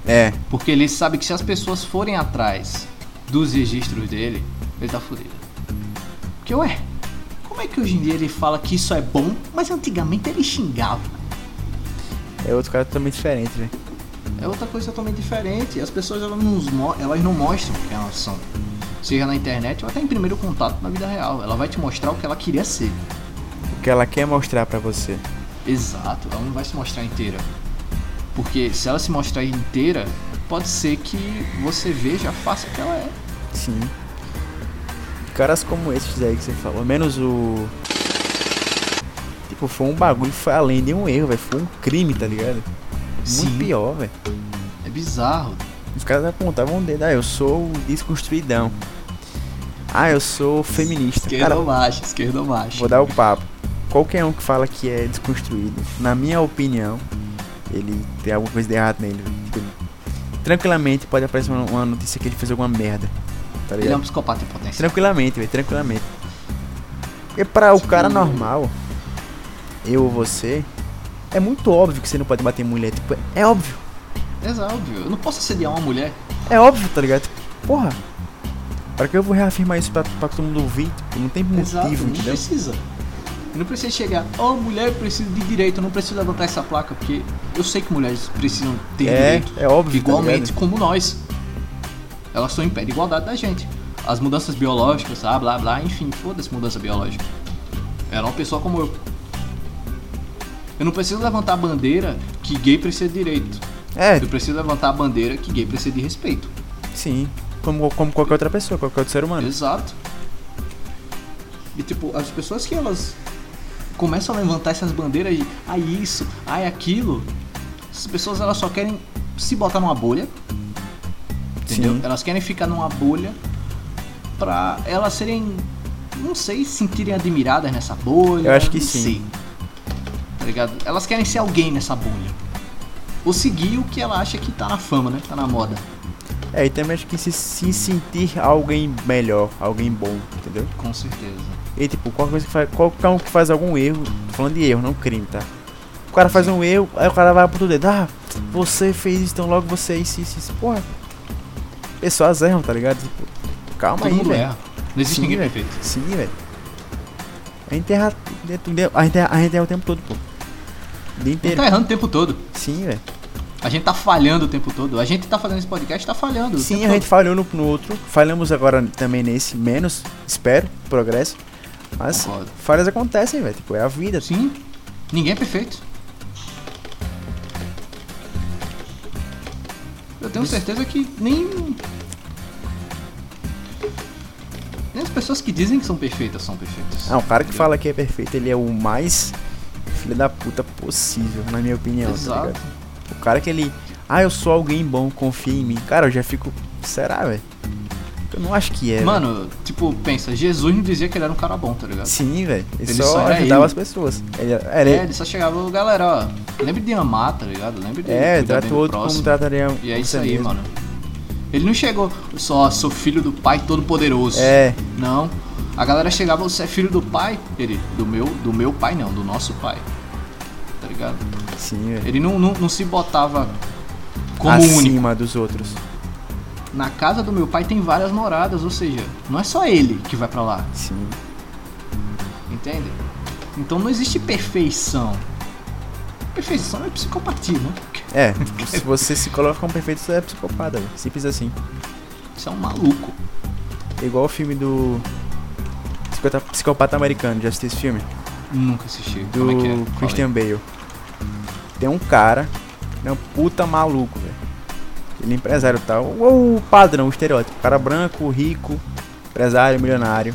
S2: É,
S1: Porque ele sabe que se as pessoas forem atrás dos registros dele, ele tá fudido. Porque, ué, como é que hoje em dia ele fala que isso é bom, mas antigamente ele xingava?
S2: é outro cara totalmente diferente, velho.
S1: É outra coisa totalmente diferente. As pessoas elas não, nos mo- elas não mostram quem elas são. Seja na internet ou até em primeiro contato na vida real. Ela vai te mostrar o que ela queria ser.
S2: O que ela quer mostrar pra você.
S1: Exato, ela não vai se mostrar inteira. Porque se ela se mostrar inteira, pode ser que você veja a face que ela é.
S2: Sim. Caras como esses aí que você falou, menos o. Tipo, foi um bagulho, foi além de um erro, velho. Foi um crime, tá ligado?
S1: Sim.
S2: Muito pior, velho.
S1: É bizarro.
S2: Os caras apontavam o dedo, ah, eu sou desconstruidão. Ah, eu sou feminista.
S1: Esquerdo
S2: Cara,
S1: macho, esquerdo macho.
S2: vou dar o papo. Qualquer um que fala que é desconstruído, na minha opinião, ele tem alguma coisa de errado nele. velho. Tipo, ele- tranquilamente pode aparecer uma, uma notícia que ele fez alguma merda. Tá
S1: Ele é
S2: ligado?
S1: um psicopata em potência.
S2: Tranquilamente, velho, tranquilamente. Porque pra o cara normal, eu ou você, é muito óbvio que você não pode bater em mulher. Tipo, é óbvio.
S1: Exato, viu? eu não posso assediar uma mulher.
S2: É óbvio, tá ligado? Tipo, Porra. Pra que eu vou reafirmar isso pra, pra todo mundo ouvir? Tipo, não tem motivo,
S1: Exato, não
S2: entendeu?
S1: precisa. Eu não preciso chegar, ó mulher, eu preciso de direito, eu não preciso levantar essa placa, porque eu sei que mulheres precisam ter
S2: É,
S1: direito.
S2: é óbvio. tá
S1: Igualmente
S2: ligado?
S1: como nós. Elas estão em pé de igualdade da gente. As mudanças biológicas, ah, blá blá, enfim, foda-se mudança biológica. Ela é uma pessoa como eu. Eu não preciso levantar a bandeira que gay precisa de direito.
S2: É,
S1: Eu preciso levantar a bandeira que gay precisa de respeito.
S2: sim. Como, como qualquer outra pessoa, qualquer outro ser humano.
S1: Exato. E tipo, as pessoas que elas começam a levantar essas bandeiras de ai isso, ai aquilo, essas pessoas elas só querem se botar numa bolha. Entendeu?
S2: Sim.
S1: Elas querem ficar numa bolha pra elas serem, não sei, se sentirem admiradas nessa bolha.
S2: Eu acho que
S1: não
S2: sim.
S1: sei. Tá ligado? Elas querem ser alguém nessa bolha. Ou seguir o que ela acha que tá na fama, né? Tá na moda.
S2: É, e também acho que se, se sentir alguém melhor, alguém bom, entendeu?
S1: Com certeza.
S2: E tipo, qualquer coisa que faz, qualquer um que faz algum erro, tô falando de erro, não crime, tá? O cara faz um erro, aí o cara vai pro dedo, ah, você fez isso, então logo você é isso, isso, isso. Porra. Pessoas erram, tá ligado? Tipo, calma
S1: Todo
S2: aí,
S1: mundo
S2: velho.
S1: erra. Não existe
S2: Sim,
S1: ninguém
S2: velho.
S1: perfeito.
S2: Sim, velho. A gente erra. dentro de- A gente erra, a gente erra o tempo todo, pô. O dia
S1: A gente
S2: inteiro.
S1: tá errando o tempo todo.
S2: Sim, velho.
S1: A gente tá falhando o tempo todo. A gente tá fazendo esse podcast, tá falhando. o
S2: Sim,
S1: tempo
S2: a
S1: todo.
S2: gente falhou no, no outro. Falhamos agora também nesse. Menos, espero, progresso. Mas
S1: Concordo.
S2: falhas acontecem, velho. Tipo, é a vida.
S1: Sim. Ninguém é perfeito. Eu tenho certeza que nem. Nem as pessoas que dizem que são perfeitas são perfeitas.
S2: Ah, o cara que fala que é perfeito, ele é o mais filho da puta possível, na minha opinião, tá
S1: Exato.
S2: ligado? O cara que ele. Ah, eu sou alguém bom, confia em mim. Cara, eu já fico. Será, velho? Eu não acho que é. velho.
S1: Mano, tipo, pensa, Jesus não dizia que ele era um cara bom, tá ligado?
S2: Sim, velho. Ele,
S1: Ele
S2: só,
S1: só era
S2: ajudava
S1: ele.
S2: as pessoas. Ele, ele,
S1: É, ele só chegava, "Ô, galera, ó, lembre de amar, tá ligado? Lembre de
S2: É,
S1: cuidar
S2: trata
S1: bem
S2: o
S1: do
S2: outro
S1: próximo.
S2: como trataria um
S1: E é
S2: você
S1: isso aí,
S2: mesmo.
S1: mano. Ele não chegou só, sou filho do pai todo-poderoso.
S2: É,
S1: Não. A galera chegava, você é filho do pai? Ele, do meu, do meu pai não, do nosso pai. Tá ligado?
S2: sim, velho.
S1: Ele não, não, não se botava como único.
S2: Acima dos outros.
S1: Na casa do meu pai tem várias moradas, ou seja, não é só ele que vai pra lá,
S2: Sim.
S1: entende? Então não existe perfeição. Perfeição é psicopatia, né?
S2: É, se você se coloca como perfeito, você é psicopata, velho. Simples assim.
S1: Você é um maluco.
S2: É Igual o filme do. Psicota- Psicopata americano, já assisti esse filme?
S1: Nunca assisti.
S2: Do
S1: Como é que é? Fala aí.
S2: Christian Bale. Tem um cara, ele é um puta maluco, velho. Ele é empresário e tal. O o padrão, o estereótipo. Cara branco, rico, empresário, milionário.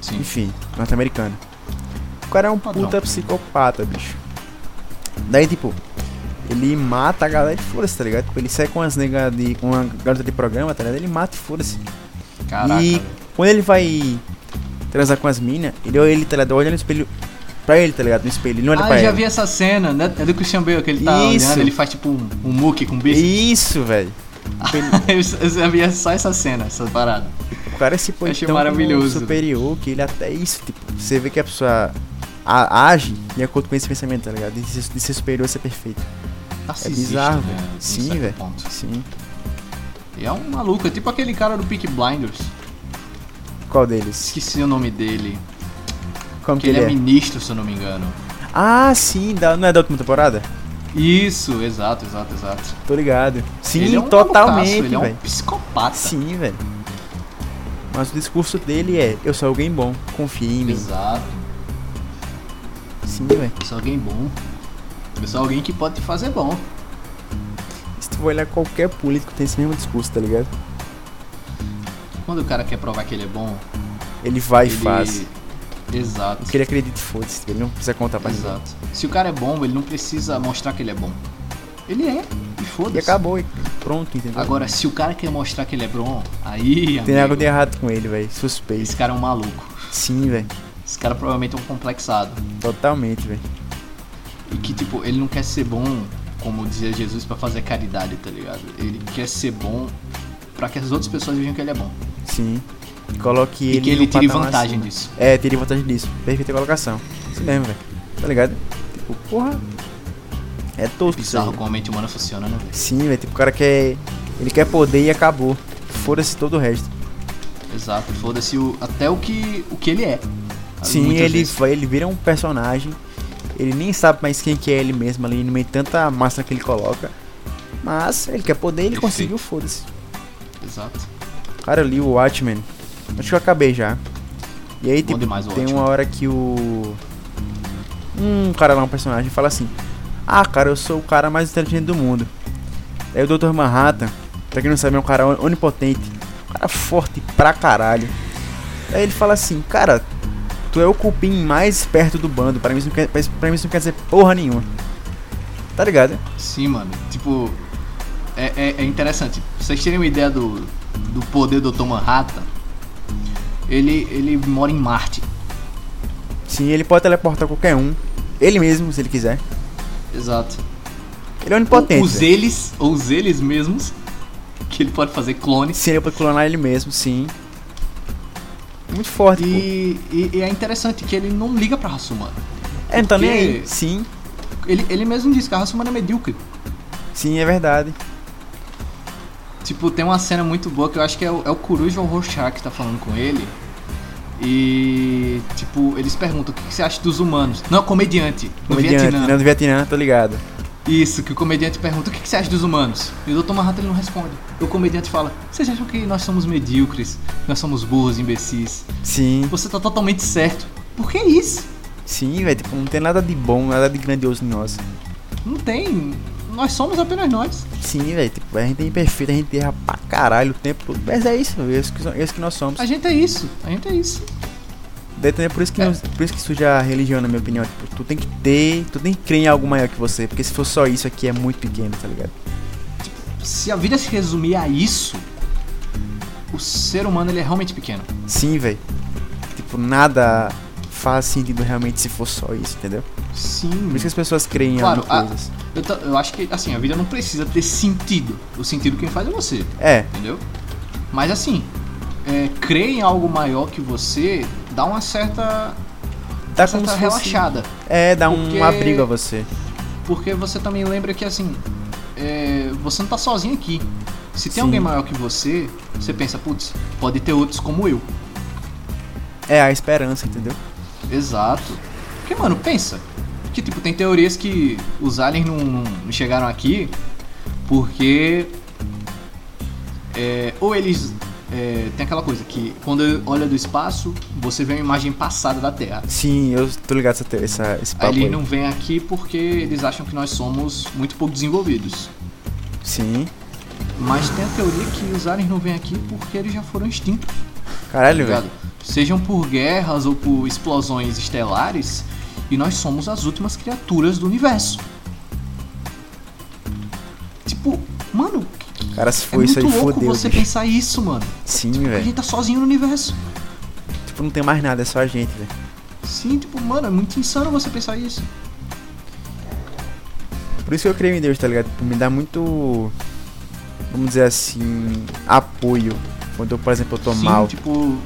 S1: Sim.
S2: enfim, norte-americano. O cara é um
S1: Padrão.
S2: puta psicopata, bicho. Daí, tipo, ele mata a galera e foda-se, tá ligado? Tipo, ele sai com as negas de. com uma garota de programa, tá ligado? Ele mata e foda-se.
S1: Caraca.
S2: E
S1: velho.
S2: quando ele vai transar com as minas, ele olha ele, tá ligado? Olha no espelho. Pra ele, tá ligado? No espelho, ele não olha
S1: Ah,
S2: pra
S1: eu já
S2: ela.
S1: vi essa cena, né? É do Christian Bale que ele tá
S2: Isso.
S1: olhando, ele faz tipo um, um muque com beijo.
S2: Isso, velho. Tipo,
S1: eu eu já vi só essa cena, essa parada.
S2: O cara se põe
S1: Achei
S2: tão como
S1: maravilhoso.
S2: é superior que ele até isso, tipo, você vê que a pessoa a- age de acordo com esse pensamento, tá ligado? De ser, de ser superior a ser perfeito.
S1: Narcisista,
S2: É bizarro,
S1: né,
S2: velho.
S1: em
S2: Sim,
S1: certo
S2: velho.
S1: ponto.
S2: Sim.
S1: E é um maluco, é tipo aquele cara do Peak Blinders.
S2: Qual deles?
S1: Esqueci o nome dele.
S2: Como
S1: Que ele é ministro, se eu não me engano.
S2: Ah, sim, da, não é da última temporada?
S1: Isso, exato, exato, exato.
S2: Tô ligado. Sim,
S1: ele é um
S2: totalmente,
S1: malucaço, Ele é um
S2: velho.
S1: psicopata.
S2: Sim, velho. Mas o discurso dele é: eu sou alguém bom, confia em mim.
S1: Exato.
S2: Sim, velho.
S1: Eu sou alguém bom. Eu sou alguém que pode te fazer bom.
S2: Se tu for olhar qualquer político tem esse mesmo discurso, tá ligado?
S1: Quando o cara quer provar que ele é bom,
S2: Ele vai
S1: ele.
S2: e faz.
S1: Exato.
S2: O que ele acredita, foda-se, ele não precisa contar pra ninguém.
S1: Exato. Se o cara é bom, ele não precisa mostrar que ele é bom. Ele é, e
S2: E
S1: foda-se.
S2: acabou, e pronto, entendeu?
S1: Agora, se o cara quer mostrar que ele é bom, aí.
S2: Tem
S1: amigo,
S2: algo de errado com ele, velho. Suspeito.
S1: Esse cara é um maluco.
S2: Sim, velho.
S1: Esse cara provavelmente é um complexado.
S2: Totalmente, velho.
S1: E que, tipo, ele não quer ser bom, como dizia Jesus, pra fazer caridade, tá ligado? Ele quer ser bom pra que as outras pessoas vejam que ele é bom.
S2: Sim. Coloque ele.
S1: e que ele
S2: no
S1: tire
S2: patamar
S1: vantagem
S2: acima.
S1: disso.
S2: É, teria vantagem disso. Perfeita colocação. Isso mesmo, velho. Tá ligado? Tipo, porra. É tosco isso aí.
S1: Bizarro como a mente humana funciona, né, velho?
S2: Sim, velho. Tipo, o cara quer. Ele quer poder e acabou. Fora-se todo o resto.
S1: Exato, foda-se o- até o que, o que ele é.
S2: Sim,
S1: Muitas
S2: ele,
S1: vezes.
S2: vai, ele vira um personagem. Ele nem sabe mais quem que é ele mesmo ali, no meio de tanta massa que ele coloca. Mas ele quer poder, ele
S1: Perfeito.
S2: conseguiu, foda-se.
S1: Exato.
S2: Cara, eu li o Watchmen. Acho que eu acabei já. E aí,
S1: Bom
S2: tipo,
S1: demais o
S2: tem
S1: Watchmen.
S2: uma hora que o. Um cara lá, um personagem, fala assim: Ah, cara, eu sou o cara mais inteligente do mundo. Aí o Dr. Manhattan, pra quem não sabe, é um cara onipotente. Um cara forte pra caralho. Aí ele fala assim: Cara, tu é o cupim mais esperto do bando. Pra mim isso não quer, pra mim isso não quer dizer porra nenhuma. Tá ligado?
S1: Sim, mano. Tipo, é, é, é interessante. Pra vocês terem uma ideia do, do poder do Dr. Manhattan, ele, ele mora em Marte.
S2: Sim, ele pode teleportar qualquer um. Ele mesmo, se ele quiser.
S1: Exato.
S2: Ele é onipotente.
S1: Ou os
S2: velho.
S1: eles, ou os eles mesmos, que ele pode fazer clones.
S2: Sim, ele pode clonar ele mesmo, sim. Muito forte, pô.
S1: E, e, e é interessante que ele não liga pra raça humana.
S2: É, não tá nem
S1: porque-
S2: aí. Sim,
S1: Ele, ele mesmo diz que a raça humana é medíocre.
S2: sim, é verdade.
S1: Tipo, tem uma cena muito boa que eu acho que é o, é o Coruja ou o Rorschach que tá falando com ele. E, tipo, eles perguntam o que, que você acha dos humanos. Não, comediante. Do
S2: Comediante, né?
S1: Vietnã.
S2: não do Vietnã, tô ligado.
S1: Isso, que o comediante pergunta o que, que você acha dos humanos. E o Dr. Manhattan ele não responde. O comediante fala: Vocês acham que nós somos medíocres? Nós somos burros, imbecis.
S2: Sim,
S1: Você tá totalmente certo. Por que isso?
S2: sim, velho. Tipo, não tem nada de bom, nada de grandioso em nós.
S1: Não tem. Nós somos apenas nós.
S2: Sim, velho. Tipo, a gente é imperfeito, a gente erra pra caralho o tempo todo. Mas é isso, velho. Isso que, so- isso que nós somos.
S1: A gente é isso. A gente é isso.
S2: Daí também É por isso, que
S1: É.
S2: nós- por isso que surge a religião, na minha opinião. Tipo, tu tem que ter, tu tem que crer em algo maior que você. Porque se for só isso aqui, é muito pequeno, tá ligado?
S1: Se a vida se resumir a isso, o ser humano ele é realmente pequeno.
S2: Sim, velho. Tipo, nada faz sentido realmente se for só isso, entendeu?
S1: Sim.
S2: Por isso que as pessoas creem em
S1: Claro,
S2: algumas
S1: a,
S2: coisas.
S1: eu, ta- eu acho que assim, a vida não precisa ter sentido. O sentido quem faz é você,
S2: É,
S1: entendeu? Mas assim, é, crer em algo maior que você dá uma certa,
S2: dá É
S1: certa
S2: como se fosse-
S1: tá relaxada.
S2: É, dá um
S1: Porque-
S2: abrigo a você.
S1: Porque você também lembra que assim, é, você não tá sozinho aqui. Se tem
S2: Sim.
S1: alguém maior que você, você pensa, putz, pode ter outros como eu.
S2: É a esperança, entendeu?
S1: Exato. Porque, mano, pensa. Que, tipo, tem teorias que os aliens não, não- não chegaram aqui porque. é, ou eles. é, tem aquela coisa que quando olha do espaço, você vê uma imagem passada da Terra.
S2: Sim, eu tô ligado essa, te- essa, esse
S1: Aí
S2: papo aí.
S1: eles Ah, não vêm aqui porque eles acham que nós somos muito pouco desenvolvidos.
S2: Sim.
S1: Mas tem a teoria que os aliens não vêm aqui porque eles já foram extintos.
S2: Caralho,
S1: ligado?
S2: velho.
S1: Sejam por guerras ou por explosões estelares, e nós somos as últimas criaturas do universo. Tipo, mano,
S2: Cara, se
S1: é
S2: for isso
S1: muito
S2: aí,
S1: louco
S2: fodeu,
S1: você
S2: bicho. É.
S1: pensar isso, mano.
S2: Sim,
S1: A
S2: velho.
S1: gente tá sozinho no universo.
S2: Tipo, não tem mais nada, é só a gente, velho.
S1: Sim, tipo, mano, é muito insano você pensar isso.
S2: Por isso que eu creio em Deus, tá ligado? Tipo, me dá muito. Vamos dizer assim. Apoio. Quando eu, por exemplo, eu tô
S1: Sim,
S2: mal. ah,
S1: tipo,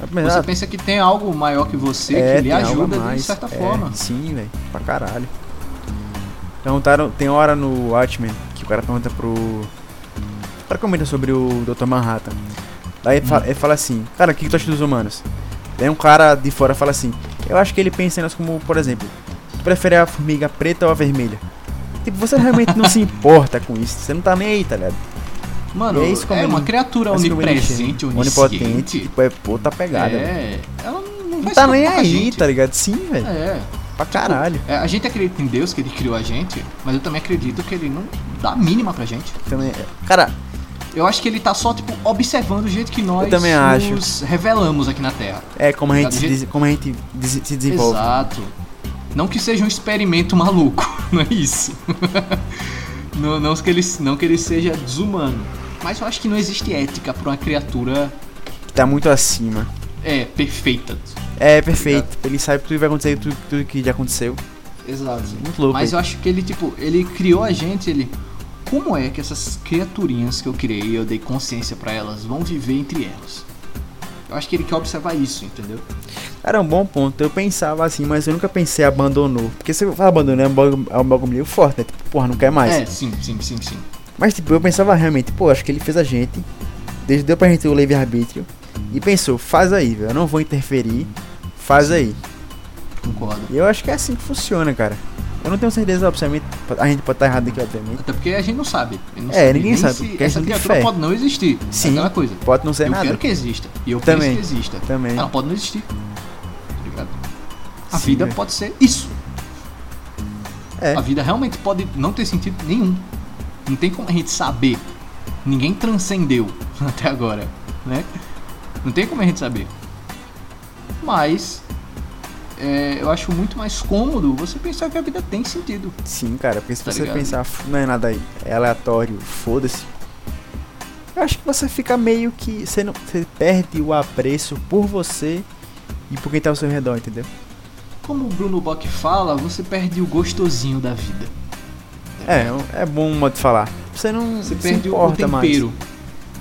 S2: Apesar-
S1: Você pensa que tem algo maior que você que lhe
S2: É, tem algo a
S1: ajuda de
S2: mais.
S1: certa
S2: É,
S1: forma.
S2: Sim, velho. Pra caralho. Perguntaram, tem hora no Watchmen que o cara pergunta pro. O cara comenta sobre o Dr. Manhattan. Daí ele
S1: Hum.
S2: fala, ele fala assim, cara, o que, que tu acha dos humanos? Daí um cara de fora fala assim, eu acho que ele pensa em nós como, por exemplo, tu prefere a formiga preta ou a vermelha? Tipo, você realmente não se importa com isso, você não tá nem aí, tá ligado?
S1: Mano,
S2: E
S1: é,
S2: é isso como ele-
S1: uma criatura
S2: Assim como ele
S1: onipresente,
S2: enxerga.
S1: onisciente.
S2: tipo, é puta pegada, velho.
S1: É, ela não
S2: Não
S1: vai
S2: tá
S1: se
S2: nem
S1: preocupar com a
S2: aí,
S1: gente.
S2: tá ligado? Sim, velho,
S1: É.
S2: pra caralho.
S1: É, A gente acredita em Deus, que ele criou a gente, mas eu também acredito que ele não dá a mínima pra gente.
S2: Também, cara,
S1: Eu acho que ele tá só, tipo, observando o jeito que nós
S2: Eu também acho.
S1: nos revelamos aqui na Terra.
S2: É, como a gente,
S1: Do
S2: se
S1: jeito-
S2: des- como a gente des- se desenvolve.
S1: Exato. Não que seja um experimento maluco, não é isso. não, não que ele, não que ele seja desumano. Mas eu acho que não existe ética pra uma criatura
S2: Que tá muito acima.
S1: é, perfeita.
S2: É, perfeito. Ele sabe tudo que vai acontecer, tudo, tudo que já aconteceu.
S1: Exato.
S2: Muito louco.
S1: Mas
S2: hein?
S1: eu acho que ele, tipo, ele criou a gente, ele. Como é que essas criaturinhas que eu criei, eu dei consciência pra elas, vão viver entre elas? Eu acho que ele quer observar isso, entendeu?
S2: Cara, é um bom ponto. Eu pensava assim, mas eu nunca pensei abandonou. Porque se eu falar abandonou é um bagulho é um bagulho meio forte, né? Tipo, porra, não quer mais.
S1: É, sim, sim, sim, sim.
S2: Mas tipo, eu pensava realmente, pô, acho que ele fez a gente. Desde deu pra gente o livre-arbítrio. E pensou, faz aí, velho. Eu não vou interferir. Faz aí.
S1: Concordo.
S2: E eu acho que é assim que funciona, cara. Eu não tenho certeza, obviamente. A gente pode estar errado aqui, obviamente.
S1: Até porque a gente não sabe. Ele não
S2: É, ninguém
S1: nem
S2: sabe,
S1: se
S2: porque a
S1: essa
S2: gente tem
S1: criatura
S2: fé.
S1: pode não existir. É
S2: Sim.
S1: Aquela coisa.
S2: Pode não ser
S1: eu
S2: nada.
S1: quero que exista. E eu
S2: Também.
S1: penso que exista.
S2: Também.
S1: Ela pode não existir. Tá ligado? A
S2: Sim,
S1: vida
S2: velho.
S1: pode ser isso.
S2: É.
S1: A vida realmente pode não ter sentido nenhum. Não tem como a gente saber. Ninguém transcendeu até agora, né? Não tem como a gente saber. Mas é, eu acho muito mais cômodo você pensar que a vida tem sentido.
S2: Sim, cara, porque se
S1: Tá
S2: você
S1: ligado?
S2: pensar, "F- não é nada aí, é aleatório, foda-se. Eu acho que você fica meio que. Você, não, você perde o apreço por você e por quem tá ao seu redor, entendeu?
S1: Como o Bruno Bock fala, você perde o gostosinho da vida.
S2: É, é um- é bom modo de falar. Você não
S1: Você
S2: se
S1: perde o
S2: importa mais.
S1: tempero.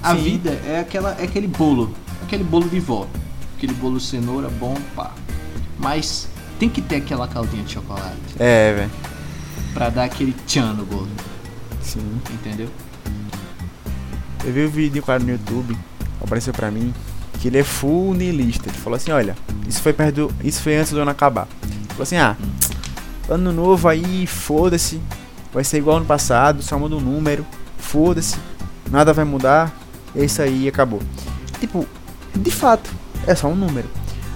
S1: A
S2: Sim.
S1: vida é, aquela, é aquele bolo. Aquele bolo de vó. Aquele bolo cenoura, bom, pá. Mas tem que ter aquela caldinha de chocolate
S2: É, velho.
S1: pra dar aquele tchan no bolo,
S2: Sim.
S1: entendeu?
S2: Eu vi um vídeo de um cara no YouTube, apareceu pra mim, que ele é full niilista. Ele falou assim, olha, isso foi perto do, isso foi antes do ano acabar. Ele falou assim, ah, ano novo aí, foda-se, vai ser igual ano passado, só muda um número, foda-se, nada vai mudar, é isso aí, acabou. Tipo, de fato, é só um número.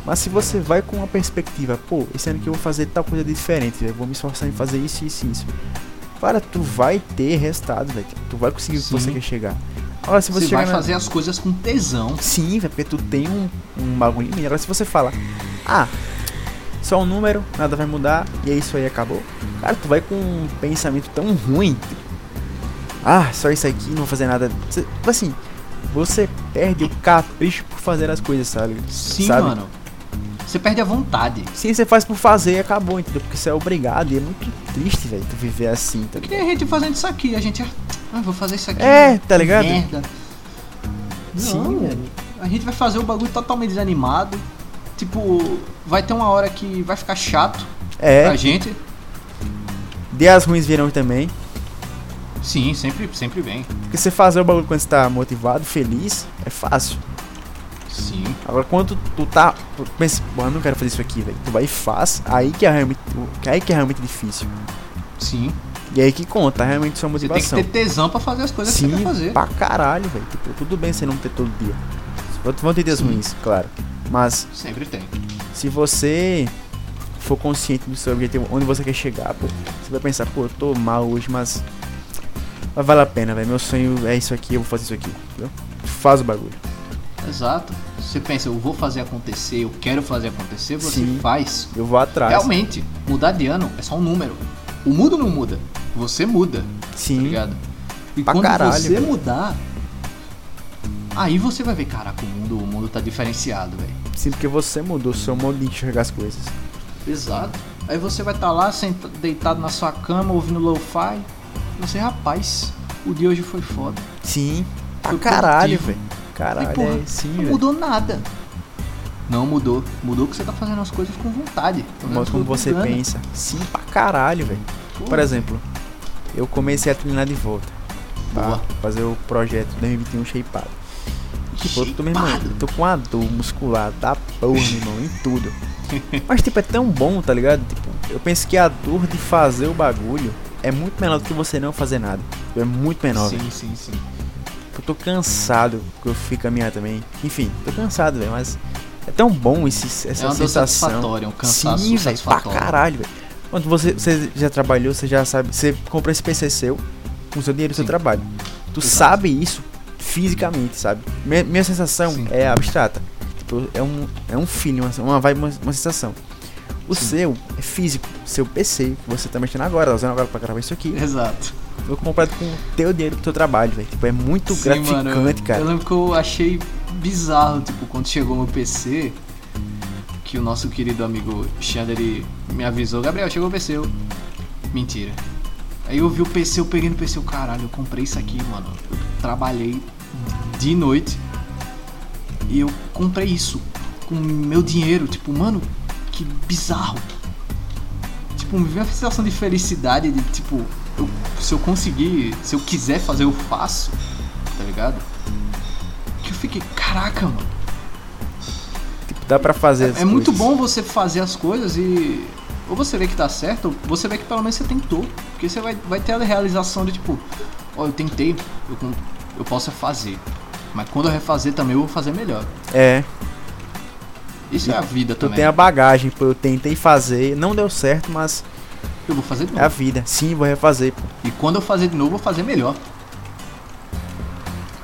S2: Mas se você vai com uma perspectiva, pô, esse ano que eu vou fazer tal coisa diferente, eu vou me esforçar em fazer isso, isso, isso. Cara, tu vai ter resultado, velho. Tipo, Tu vai conseguir o que você
S1: Sim.
S2: quer chegar. Agora, se você,
S1: Você,
S2: chegar
S1: vai
S2: na-
S1: fazer as coisas com tesão.
S2: Sim, velho, porque tu tem um, um bagulho em mim. Agora, se você fala, ah, só um número, nada vai mudar, e é isso aí, acabou. Cara, tu vai com um pensamento tão ruim. tipo, Ah, só isso aqui, não vou fazer nada. Você- tipo assim, você perde o capricho por fazer as coisas, sabe?
S1: Sim,
S2: Sabe?
S1: mano. Você perde a vontade.
S2: Sim, você faz por fazer e acabou, entendeu? Porque você é obrigado e é muito triste, velho, tu viver assim, tá
S1: Que
S2: ligado?
S1: nem a gente fazendo isso aqui. A gente, ah, vou fazer isso aqui.
S2: É, tá ligado?
S1: Merda.
S2: Sim,
S1: Não,
S2: velho.
S1: A gente vai fazer o bagulho totalmente desanimado. Tipo, vai ter uma hora que vai ficar chato pra
S2: É,
S1: gente.
S2: dias ruins virão também.
S1: Sim, sempre, sempre vem.
S2: Porque você fazer o bagulho quando você tá motivado, feliz, é fácil.
S1: Sim.
S2: Agora, quando tu tá. Tu pensa, mano, eu não quero fazer isso aqui, velho. Tu vai e faz, aí que é realmente, que aí que é realmente difícil.
S1: Sim.
S2: E aí que conta, realmente sua
S1: Você tem que
S2: motivação.
S1: ter tesão pra fazer as coisas que você
S2: Sim,
S1: quer fazer.
S2: pra caralho, velho. Tipo, tudo bem você não ter todo dia. Vão- Vão ter dias
S1: Sim.
S2: ruins, claro. Mas
S1: Sempre tem.
S2: se você for consciente do seu objetivo, onde você quer chegar, pô, você vai pensar, pô, eu tô mal hoje, mas. Mas vale a pena, velho. Meu sonho é isso aqui, eu vou fazer isso aqui. Entendeu? Faz o bagulho.
S1: Exato. Você pensa, eu vou fazer acontecer, eu quero fazer acontecer, você
S2: Sim.
S1: faz.
S2: Eu vou atrás.
S1: Realmente, mudar de ano é só um número. O mundo não muda. Você muda, tá
S2: Sim.
S1: ligado? E
S2: Pra
S1: quando
S2: caralho,
S1: você
S2: velho.
S1: mudar, aí você vai ver, caraca, o mundo, o mundo tá diferenciado, velho.
S2: Sim, porque você mudou o seu modo de enxergar as coisas.
S1: Exato. Aí você vai estar lá senta- deitado na sua cama ouvindo lo-fi. Você, rapaz, o dia hoje foi foda.
S2: Sim. Pra
S1: Foi
S2: caralho,
S1: produtivo.
S2: velho. Caralho,
S1: porra,
S2: é, sim,
S1: Não
S2: velho.
S1: mudou nada. Não mudou. Mudou que você tá fazendo as coisas com vontade.
S2: O modo como você
S1: pensa.
S2: pensa. Sim, pra caralho, velho. Por exemplo, eu comecei a treinar de volta. Pra
S1: Boa.
S2: fazer o projeto 2021 shapeado. E, Tipo, eu tô, meu irmão, eu tô com a dor muscular da porra, meu irmão, em tudo. Mas, tipo, é tão bom, tá ligado? Tipo, eu penso que a dor de fazer o bagulho é muito menor do que você não fazer nada. É muito menor. velho.
S1: Sim, sim, sim.
S2: Eu tô cansado, porque eu fui caminhar também. Enfim, tô cansado, velho, mas é tão bom esse, essa
S1: é uma dor
S2: sensação.
S1: satisfatória, um cansaço
S2: Sim, velho, pra
S1: satisfatório.
S2: caralho, velho. Quando você, você já trabalhou, você já sabe. Você comprou esse PC seu com o seu dinheiro do seu
S1: Sim.
S2: trabalho. Tu
S1: Exato.
S2: sabe isso fisicamente, sabe? Minha, minha sensação
S1: Sim.
S2: é abstrata. Tipo, é um, é um feeling, uma, uma vibe, uma, uma sensação. O
S1: Sim.
S2: seu é físico, seu PC, que você tá mexendo agora, tá usando agora pra gravar isso aqui.
S1: Exato.
S2: Foi comprado com o teu dinheiro do teu trabalho, velho. Tipo, é muito
S1: Sim,
S2: gratificante,
S1: mano, eu-
S2: cara.
S1: Eu lembro que eu achei bizarro, tipo, quando chegou meu PC, que o nosso querido amigo Xander ele me avisou, Gabriel, chegou o PC. Eu... Mentira. Aí eu vi o PC, eu peguei no PC, eu, caralho, eu comprei isso aqui, mano. Eu trabalhei de noite e eu comprei isso com meu dinheiro, tipo, mano, que bizarro. Tipo, me veio uma sensação de felicidade, de tipo, eu- se eu conseguir, se eu quiser fazer, eu faço tá ligado? Que eu fiquei, caraca, mano.
S2: Tipo, dá pra fazer as
S1: É muito
S2: coisas.
S1: bom você fazer as coisas e. Ou você vê que tá certo, ou você vê que pelo menos você tentou. Porque você vai, vai ter a realização de tipo, ó, eu tentei, eu, con- eu posso fazer. Mas quando eu refazer também, eu vou fazer melhor.
S2: É,
S1: Isso é a vida
S2: tu
S1: também.
S2: tem a bagagem, pô. Eu tentei fazer, não deu certo, mas
S1: Eu vou fazer de
S2: É a
S1: novo.
S2: vida. Sim, vou refazer. Pô.
S1: E quando eu fazer de novo, eu vou fazer melhor.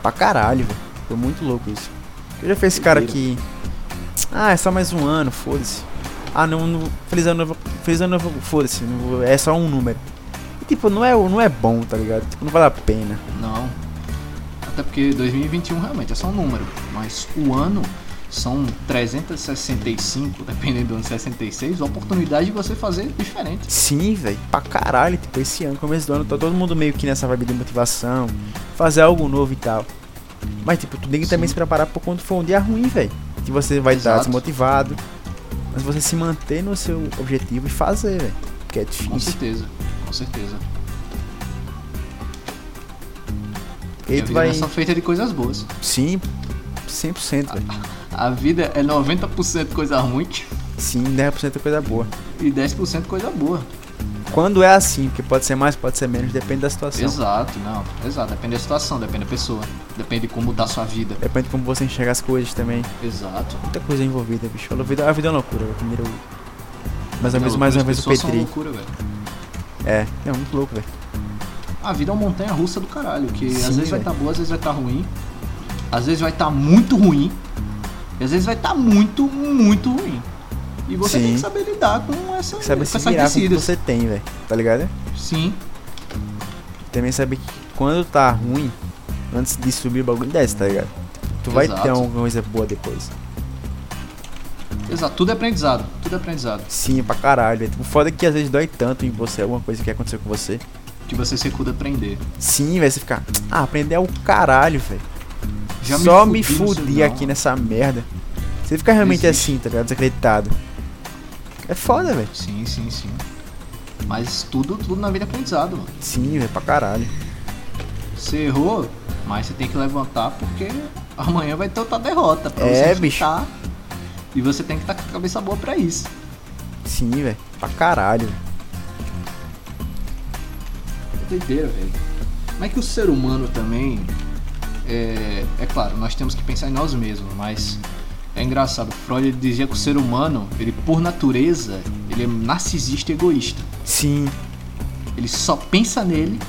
S2: Pra caralho, velho. Foi muito louco isso. Eu já fiz esse cara que. Ah, é só mais um ano, foda-se. Ah, não, não- Feliz ano novo. Feliz ano novo, foda-se. não vou- É só um número. E, tipo, não é, não é bom, tá ligado? Tipo, não vale a pena.
S1: Não. Até porque 2021 realmente é só um número. Mas o ano são 365, dependendo do ano 66, oportunidade de você fazer diferente.
S2: Sim, velho. Pra caralho. Tipo, esse ano, começo do ano, tá todo mundo meio que nessa vibe de motivação. Fazer algo novo e tal. Mas, tipo, tu tem que também
S1: Sim.
S2: se preparar pra quando for um dia ruim, velho. Que você vai estar
S1: Exato.
S2: desmotivado. Mas você se manter no seu objetivo e fazer, velho. Porque é
S1: Com
S2: difícil.
S1: certeza, com certeza.
S2: E aí
S1: a
S2: tu
S1: vida
S2: vai.
S1: não é só feita de coisas boas.
S2: Sim, 100%, velho.
S1: Ah. A vida é 90% coisa ruim
S2: Sim, 10% é coisa boa.
S1: e 10% coisa boa.
S2: Quando é assim, porque pode ser mais, pode ser menos, depende da situação.
S1: Exato, não. Exato, depende da situação, depende da pessoa. Depende de como tá a sua vida.
S2: Depende de como você enxerga as coisas também.
S1: Exato.
S2: Muita coisa envolvida, bicho. A vida, a vida é uma loucura, velho. Primeiro. Mais ou
S1: Não,
S2: menos, mais uma
S1: as
S2: vez o
S1: pessoas são
S2: Petri.
S1: loucura, velho.
S2: É, é muito louco, velho.
S1: A vida é uma montanha russa do caralho, que
S2: Sim,
S1: às vezes vai
S2: velho.
S1: estar boa, às vezes vai estar ruim. Às vezes vai estar muito ruim. E às vezes vai estar muito, muito ruim. E você tem
S2: Sim.
S1: que saber lidar com essa
S2: Saber
S1: com
S2: se
S1: essas
S2: virar com o que
S1: descidas.
S2: você tem, velho. Tá ligado?
S1: Sim,
S2: Também saber que quando tá ruim, antes de subir o bagulho desce, tá ligado? Tu vai
S1: Exato.
S2: ter alguma coisa boa depois.
S1: exato. Tudo é aprendizado. Tudo é aprendizado.
S2: Sim, pra caralho. velho. Tipo, foda que às vezes dói tanto em você, alguma coisa que aconteceu com você.
S1: Que você se recuda a aprender.
S2: Sim, velho, você fica. Ah, aprender é o caralho, velho.
S1: Já me
S2: Só me
S1: fudi no
S2: fudi
S1: seu-
S2: aqui né? nessa merda. Você fica realmente
S1: Existe.
S2: assim, tá ligado? Desacreditado. É foda, velho.
S1: Sim, sim, sim. Mas tudo, tudo na vida é aprendizado, mano.
S2: Sim, velho, pra caralho.
S1: Você errou, mas você tem que levantar porque amanhã vai ter outra derrota pra
S2: É,
S1: você
S2: bicho.
S1: enfrentar. E você tem que estar com a cabeça boa pra isso.
S2: Sim, velho, pra caralho.
S1: Doideira, velho. Como é que o ser humano também. É, é claro, nós temos que pensar em nós mesmos, mas é engraçado. Freud ele dizia que o ser humano, ele por natureza, ele é narcisista e egoísta.
S2: Sim,
S1: Ele só pensa nele.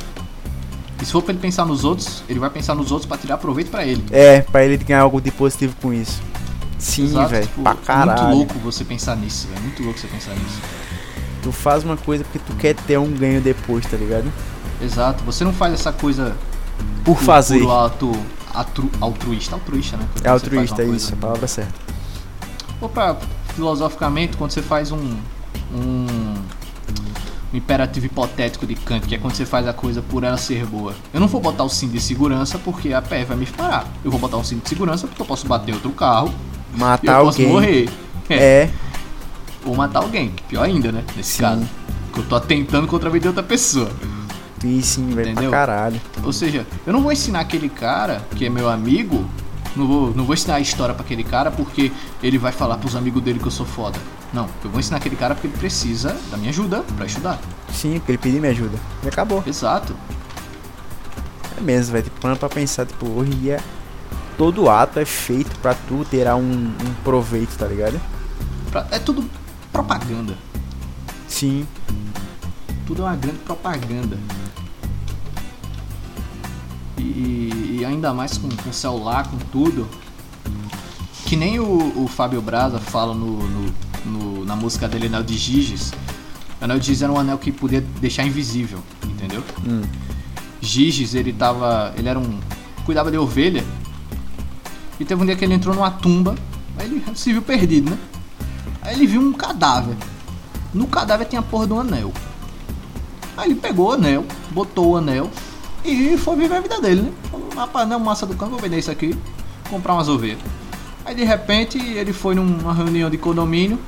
S1: E se for pra ele pensar nos outros, ele vai pensar nos outros pra tirar proveito pra ele.
S2: é, pra ele ganhar algo de positivo com isso. Sim,
S1: Exato,
S2: velho,
S1: tipo,
S2: pra
S1: É
S2: caralho.
S1: muito louco você pensar nisso, é muito louco você pensar nisso.
S2: Tu faz uma coisa porque tu quer ter um ganho depois, tá ligado?
S1: Exato, você não faz essa coisa
S2: Por
S1: por
S2: fazer.
S1: puro ato altru, altruísta, altruísta, né? Quando você faz
S2: É
S1: uma
S2: altruísta, é
S1: coisa.
S2: isso, a palavra certa.
S1: Ou pra, filosoficamente, quando você faz um, um, um imperativo hipotético de Kant, que é quando você faz a coisa por ela ser boa. Eu não vou botar o cinto de segurança porque a PE vai me parar. Eu vou botar um cinto de segurança porque eu posso bater outro carro
S2: Matar
S1: eu posso
S2: alguém.
S1: morrer.
S2: Tá
S1: né?
S2: É,
S1: Ou matar alguém, pior ainda, né? Nesse
S2: Sim.
S1: caso. Porque eu tô atentando contra a vida de outra pessoa.
S2: e sim, velho, pra
S1: Entendeu?
S2: caralho.
S1: Ou seja, eu não vou ensinar aquele cara que é meu amigo, não vou, não vou ensinar a história pra aquele cara porque ele vai falar pros amigos dele que eu sou foda. Não, eu vou ensinar aquele cara porque ele precisa da minha ajuda pra estudar.
S2: Sim, porque ele pediu minha ajuda. E acabou.
S1: Exato.
S2: É mesmo, velho. Tipo, parando pra pensar, tipo, hoje em dia todo ato é feito pra tu terá um, um proveito, tá ligado?
S1: Pra- é tudo propaganda.
S2: Sim.
S1: Tudo é uma grande propaganda. né? E, e ainda mais com, com celular, com tudo. Que nem o, o Fábio Braza fala no, no- no- na música dele, Anel de Giges. Anel de Giges era um anel que podia deixar invisível, entendeu?
S2: Hum.
S1: Giges, ele tava. Ele era um. cuidava de ovelha. E teve um dia que ele entrou numa tumba. Aí ele se viu perdido, né? Aí ele viu um cadáver. No cadáver tinha a porra do anel. Aí ele pegou o anel, botou o anel e foi viver a vida dele, né? Falou, rapaz, não, massa do campo, vou vender isso aqui, comprar umas ovelhas. Aí de repente ele foi numa reunião de condomínio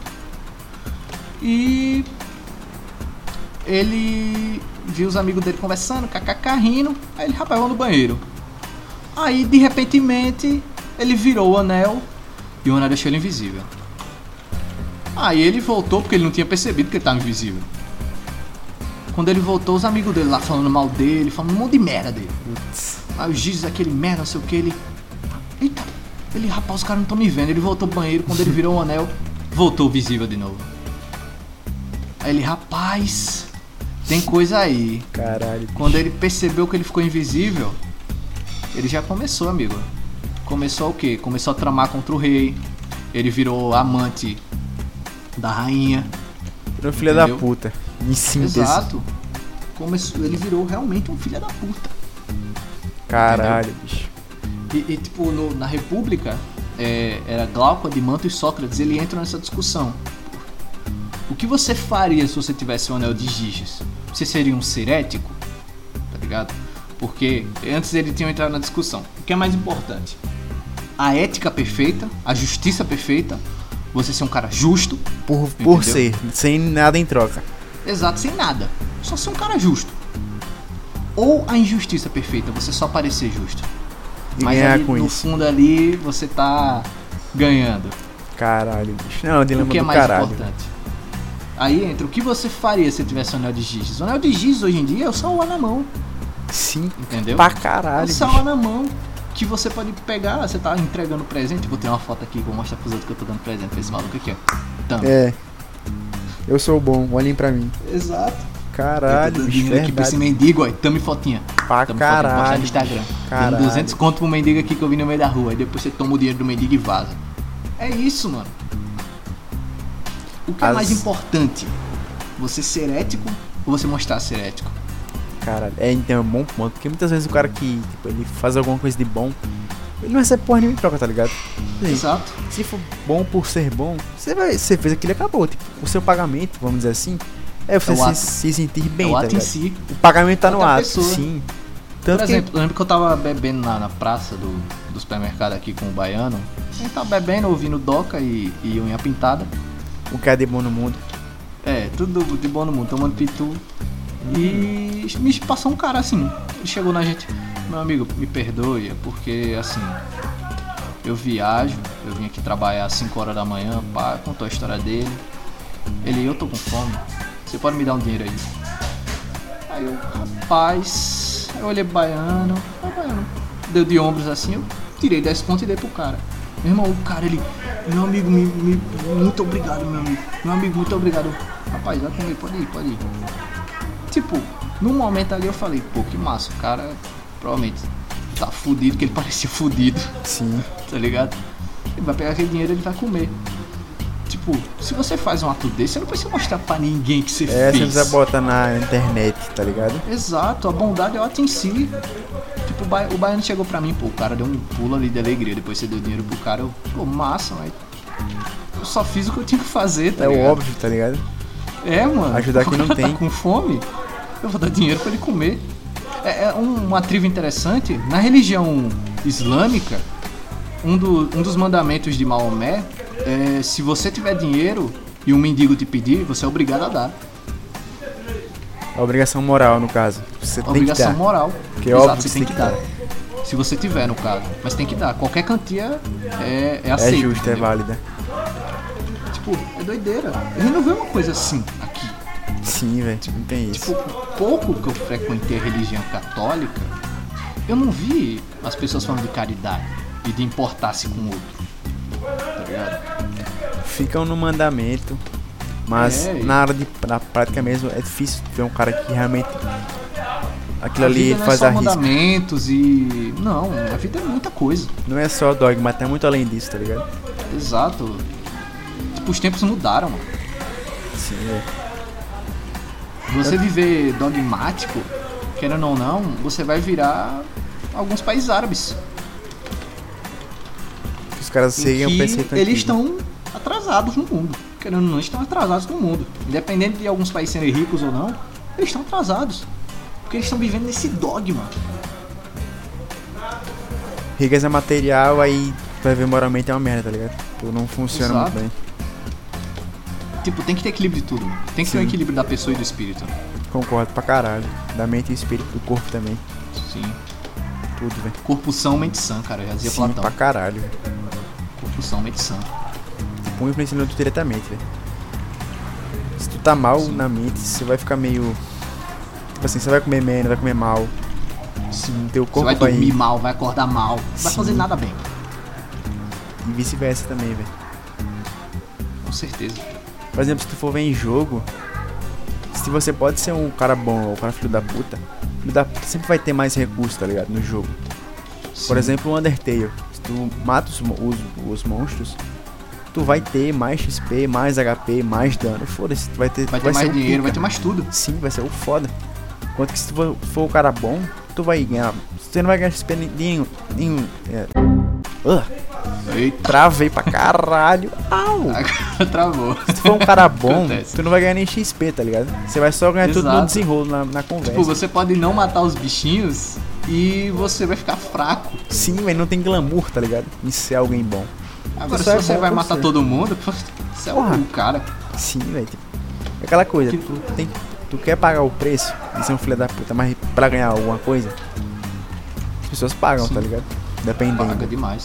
S1: e ele viu os amigos dele conversando, kkk, rindo. Aí ele, rapaz, vamos no banheiro. Aí de repentemente ele virou o anel e o anel deixou ele invisível. Aí ele voltou porque ele não tinha percebido que ele estava invisível. Quando ele voltou, os amigos dele lá falando mal dele, falando um monte de merda dele.
S2: Putz.
S1: Aí o Giz, aquele merda, não sei o que, ele. Eita! Ele, rapaz, os caras não estão me vendo. Ele voltou pro banheiro, quando ele virou o anel, voltou visível de novo. Aí ele, rapaz, tem coisa aí.
S2: Caralho. bicho.
S1: Quando ele percebeu que ele ficou invisível, ele já começou, amigo. Começou o quê? Começou a tramar contra o rei. Ele virou amante da rainha.
S2: Ele é um filho da
S1: Entendeu?
S2: puta. Em síntese.
S1: Exato. Começou, ele virou realmente um filho da puta.
S2: Caralho, bicho.
S1: E, e, tipo, no- na República, é, era Glauco, Adimanto e Sócrates, ele entra nessa discussão. O que você faria se você tivesse o anel de Giges? Você seria um cerético? Tá ligado? Porque antes ele tinha entrado na discussão. O que é mais importante? A ética perfeita, a justiça perfeita, você ser um cara justo,
S2: Por, por
S1: Entendeu?
S2: ser, sem nada em troca.
S1: exato, sem nada, só ser um cara justo. Ou a injustiça perfeita, você só parecer justo.
S2: E
S1: Mas
S2: ganhar
S1: ali,
S2: com
S1: no
S2: isso.
S1: fundo ali você tá ganhando.
S2: Caralho, bicho. Não, é um
S1: O
S2: dilema
S1: que é
S2: do
S1: mais
S2: caralho.
S1: importante? Aí entra o que você faria se tivesse o anel de giz. O anel de giz hoje em dia é o celular na mão,
S2: Sim.
S1: entendeu?
S2: Pra
S1: é
S2: caralho.
S1: o
S2: bicho.
S1: celular na mão que você pode pegar, você tá entregando presente. Vou ter uma foto aqui, vou mostrar pros outros que eu tô dando presente pra esse maluco aqui, ó. Tamo.
S2: É. Eu sou bom, olhem pra mim.
S1: Exato. eu tô
S2: Caralho,
S1: dando
S2: bicho.
S1: dinheiro aqui pra
S2: Verdade.
S1: esse mendigo, ó. Tamo e fotinha.
S2: Pra
S1: Tamo e fotinha, vou postar
S2: Tá caralho.
S1: no Instagram. Dando
S2: Caralho.
S1: 200 conto pro mendigo aqui que eu vi no meio da rua. Aí depois você toma o dinheiro do mendigo e vaza. É isso, mano. O que é
S2: As-
S1: mais importante? Você ser ético ou você mostrar ser ético?
S2: Caralho, é, então é um bom ponto, porque muitas vezes o cara que tipo, ele faz alguma coisa de bom, ele não recebe porra nenhuma em troca, tá ligado? Sim.
S1: Exato.
S2: Se for bom por ser bom, você, vai, você fez aquilo e acabou. Tipo, o seu pagamento, vamos dizer assim, é você
S1: É o
S2: se,
S1: ato.
S2: se sentir bem,
S1: é o
S2: tá
S1: ato em
S2: ligado?
S1: si.
S2: O pagamento tá no
S1: Outra
S2: ato,
S1: pessoa.
S2: sim.
S1: Por
S2: Tanto que,
S1: exemplo, eu lembro que eu tava bebendo na, na praça do, do supermercado aqui com o baiano. A gente tava bebendo, ouvindo doca e, e unha pintada.
S2: o que é de bom no mundo,
S1: É, tudo de bom no mundo, tomando pitu. E me passou um cara assim, ele chegou na gente, meu amigo, me perdoe, é porque assim, eu viajo, eu vim aqui trabalhar às 5 horas da manhã, pá, contou a história dele. Ele, eu tô com fome, você pode me dar um dinheiro aí? Aí eu, rapaz, eu olhei pro baiano, aí o baiano deu de ombros assim, eu tirei 10 conto e dei pro cara. Meu irmão, o cara, ele, meu amigo, me, me- muito obrigado, meu amigo, meu amigo, muito obrigado. Eu, Rapaz, vai comer, pode ir, pode ir. Tipo, no momento ali eu falei, pô, que massa, o cara provavelmente tá fudido, que ele parecia fudido
S2: sim.
S1: tá ligado? Ele vai pegar aquele dinheiro e ele vai comer. Tipo, se você faz um ato desse, você não precisa mostrar pra ninguém que você
S2: É, você
S1: fez.
S2: precisa botar na internet, tá ligado?
S1: Exato, a bondade é o ato em si. Tipo, o, ba o baiano chegou pra mim, pô, o cara deu um pulo ali de alegria, depois você deu dinheiro pro cara, eu, pô, massa, mas. Eu só fiz o que eu tinha que fazer, tá
S2: É o
S1: ligado?
S2: óbvio, tá ligado?
S1: É, mano.
S2: Ajudar quem
S1: O
S2: não
S1: cara
S2: tem.
S1: Tá com fome, eu vou dar dinheiro pra ele comer. É, é um- uma trilha interessante. Na religião islâmica, um, do- um dos mandamentos de Maomé é se você tiver dinheiro e um mendigo te pedir, você é obrigado a dar.
S2: A obrigação moral, no caso. Você tem que
S1: obrigação
S2: dar.
S1: moral.
S2: Que é
S1: Exato,
S2: óbvio
S1: você tem que dar. Se você tiver, no caso. Mas tem que dar. Qualquer quantia é, é
S2: É
S1: aceita.
S2: justa, é
S1: entendeu?
S2: válida.
S1: Tipo, é doideira. A gente não vê uma coisa assim aqui.
S2: Sim, velho. Não tem
S1: Tipo,
S2: isso.
S1: pouco que eu frequentei a religião católica, eu não vi as pessoas falando de caridade e de importar-se com o outro. Tá ligado?
S2: Ficam no mandamento. Mas
S1: É, e-
S2: na hora de na prática mesmo é difícil ver um cara que realmente. Aquilo
S1: A
S2: ali
S1: vida não é
S2: faz
S1: só
S2: a risca.
S1: mandamentos e. Não, a vida é muita coisa.
S2: Não é só dogma, até muito além disso, tá ligado?
S1: Exato. Tipo, os tempos mudaram, mano.
S2: Sim, é.
S1: Você viver dogmático, querendo ou não, você vai virar alguns países árabes.
S2: Os caras
S1: em
S2: seguem o
S1: que
S2: preceito
S1: eles estão
S2: antigo.
S1: atrasados no mundo. Querendo ou não, estão atrasados no mundo. Independente de alguns países serem ricos ou não, eles estão atrasados. Porque eles estão vivendo nesse dogma.
S2: Riqueza material, aí vai ver moralmente é uma merda, tá ligado? Tipo, não funciona
S1: Exato.
S2: muito bem.
S1: Tipo, tem que ter equilíbrio de tudo, mano. Tem que ter um
S2: Sim.
S1: equilíbrio da pessoa e do espírito.
S2: Concordo pra caralho. Da mente e espírito, do corpo também.
S1: Sim.
S2: Tudo, velho.
S1: Corpo são, mente sã, cara. Já dizia
S2: Sim,
S1: Platão.
S2: pra caralho.
S1: Corpo são, mente sã.
S2: Tipo, um influencia no outro diretamente, velho. Se tu tá mal
S1: Sim.
S2: na mente, você vai ficar meio. Tipo assim, você vai comer menos, vai comer mal.
S1: Sim.
S2: Teu
S1: Você
S2: corpo
S1: vai
S2: vai,
S1: dormir mal, vai acordar mal. Não vai
S2: Sim.
S1: fazer nada bem.
S2: e vice-versa também, velho.
S1: Com certeza.
S2: Por exemplo, se tu for ver em jogo, se você pode ser um cara bom ou um cara filho da puta, filho da puta sempre vai ter mais recurso, tá ligado? No jogo.
S1: Sim.
S2: Por exemplo, o Undertale. Se tu mata os, mo- os, os monstros, tu vai ter mais XP, mais HP, mais dano. Foda-se, tu vai ter,
S1: Vai
S2: tu
S1: ter mais
S2: ser o
S1: dinheiro, vai
S2: pica.
S1: ter mais tudo.
S2: Sim, vai ser o foda. Enquanto que se tu for, for o cara bom, tu vai ganhar. Você não vai ganhar XP nem- nenhum. nenhum é. Ah,
S1: Eita,
S2: travei pra caralho. Au!
S1: agora travou.
S2: Se tu for um cara bom,
S1: Acontece.
S2: tu não vai ganhar nem XP, tá ligado? Você vai só ganhar tudo
S1: Exato.
S2: no desenrolo, na, na conversa.
S1: Tipo, você pode não matar os bichinhos e você vai ficar fraco.
S2: Sim, mas não tem glamour, tá ligado? Em ser alguém bom.
S1: Agora,
S2: Isso
S1: se
S2: é
S1: você
S2: bom
S1: vai
S2: pra
S1: matar
S2: você.
S1: todo mundo, pô, você é
S2: Porra.
S1: um cara.
S2: Sim, velho. Tipo, é aquela coisa,
S1: Que-
S2: tu, tem, tu quer pagar o preço de ser um filho da puta, mas pra ganhar alguma coisa, as pessoas pagam,
S1: Sim.
S2: tá ligado? Dependendo.
S1: Paga demais.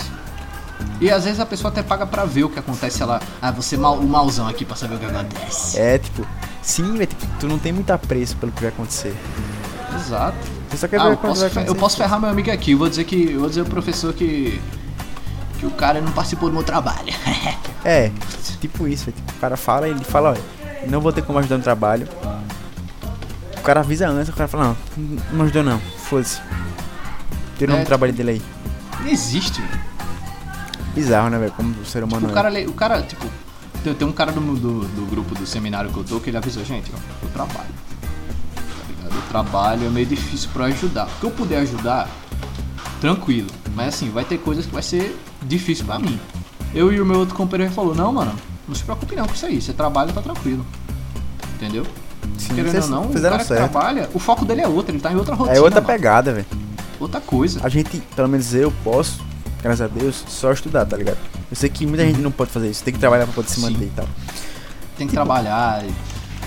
S1: E às vezes a pessoa até paga pra ver o que acontece. Ela, ah, você mal, o mauzão aqui pra saber o que acontece.
S2: É, tipo, sim, velho, tipo, tu não tem muito apreço pelo que vai acontecer.
S1: Exato.
S2: Você só quer
S1: Ah,
S2: ver
S1: eu
S2: o que vai
S1: posso, fe-
S2: acontecer.
S1: eu posso ferrar meu amigo aqui. Eu Vou dizer que, eu vou dizer ao professor que que o cara não participou do meu trabalho.
S2: É, tipo isso, velho. Tipo, o cara fala, ele fala, olha, não vou ter como ajudar no trabalho. O cara avisa antes, o cara fala, não, não ajudou não, foda-se. Tira o nome
S1: É,
S2: do trabalho dele aí.
S1: Não existe. velho.
S2: Bizarro, né, velho? Como o ser humano
S1: O cara, le- o cara tipo, tem, tem um cara do, do, do grupo do seminário que eu tô que ele avisou, gente, ó, eu trabalho. Tá ligado? Eu trabalho é meio difícil pra eu ajudar. O que eu puder ajudar, tranquilo. Mas assim, vai ter coisas que vai ser difícil pra mim. Eu e o meu outro companheiro ele falou, não, mano, não se preocupe não com isso aí. Você trabalha, tá tranquilo. Entendeu?
S2: é. Sim,
S1: Querendo
S2: vocês
S1: ou não, o
S2: fizeram
S1: cara que
S2: certo.
S1: trabalha, o foco dele é outro, ele tá em outra rotina.
S2: É outra
S1: mano.
S2: pegada, velho.
S1: Outra coisa.
S2: A gente, pelo menos eu posso, graças a Deus, só estudar, tá ligado? Eu sei que muita gente não pode fazer isso, tem que trabalhar pra poder se
S1: Sim.
S2: manter e tal.
S1: Tem que trabalhar, e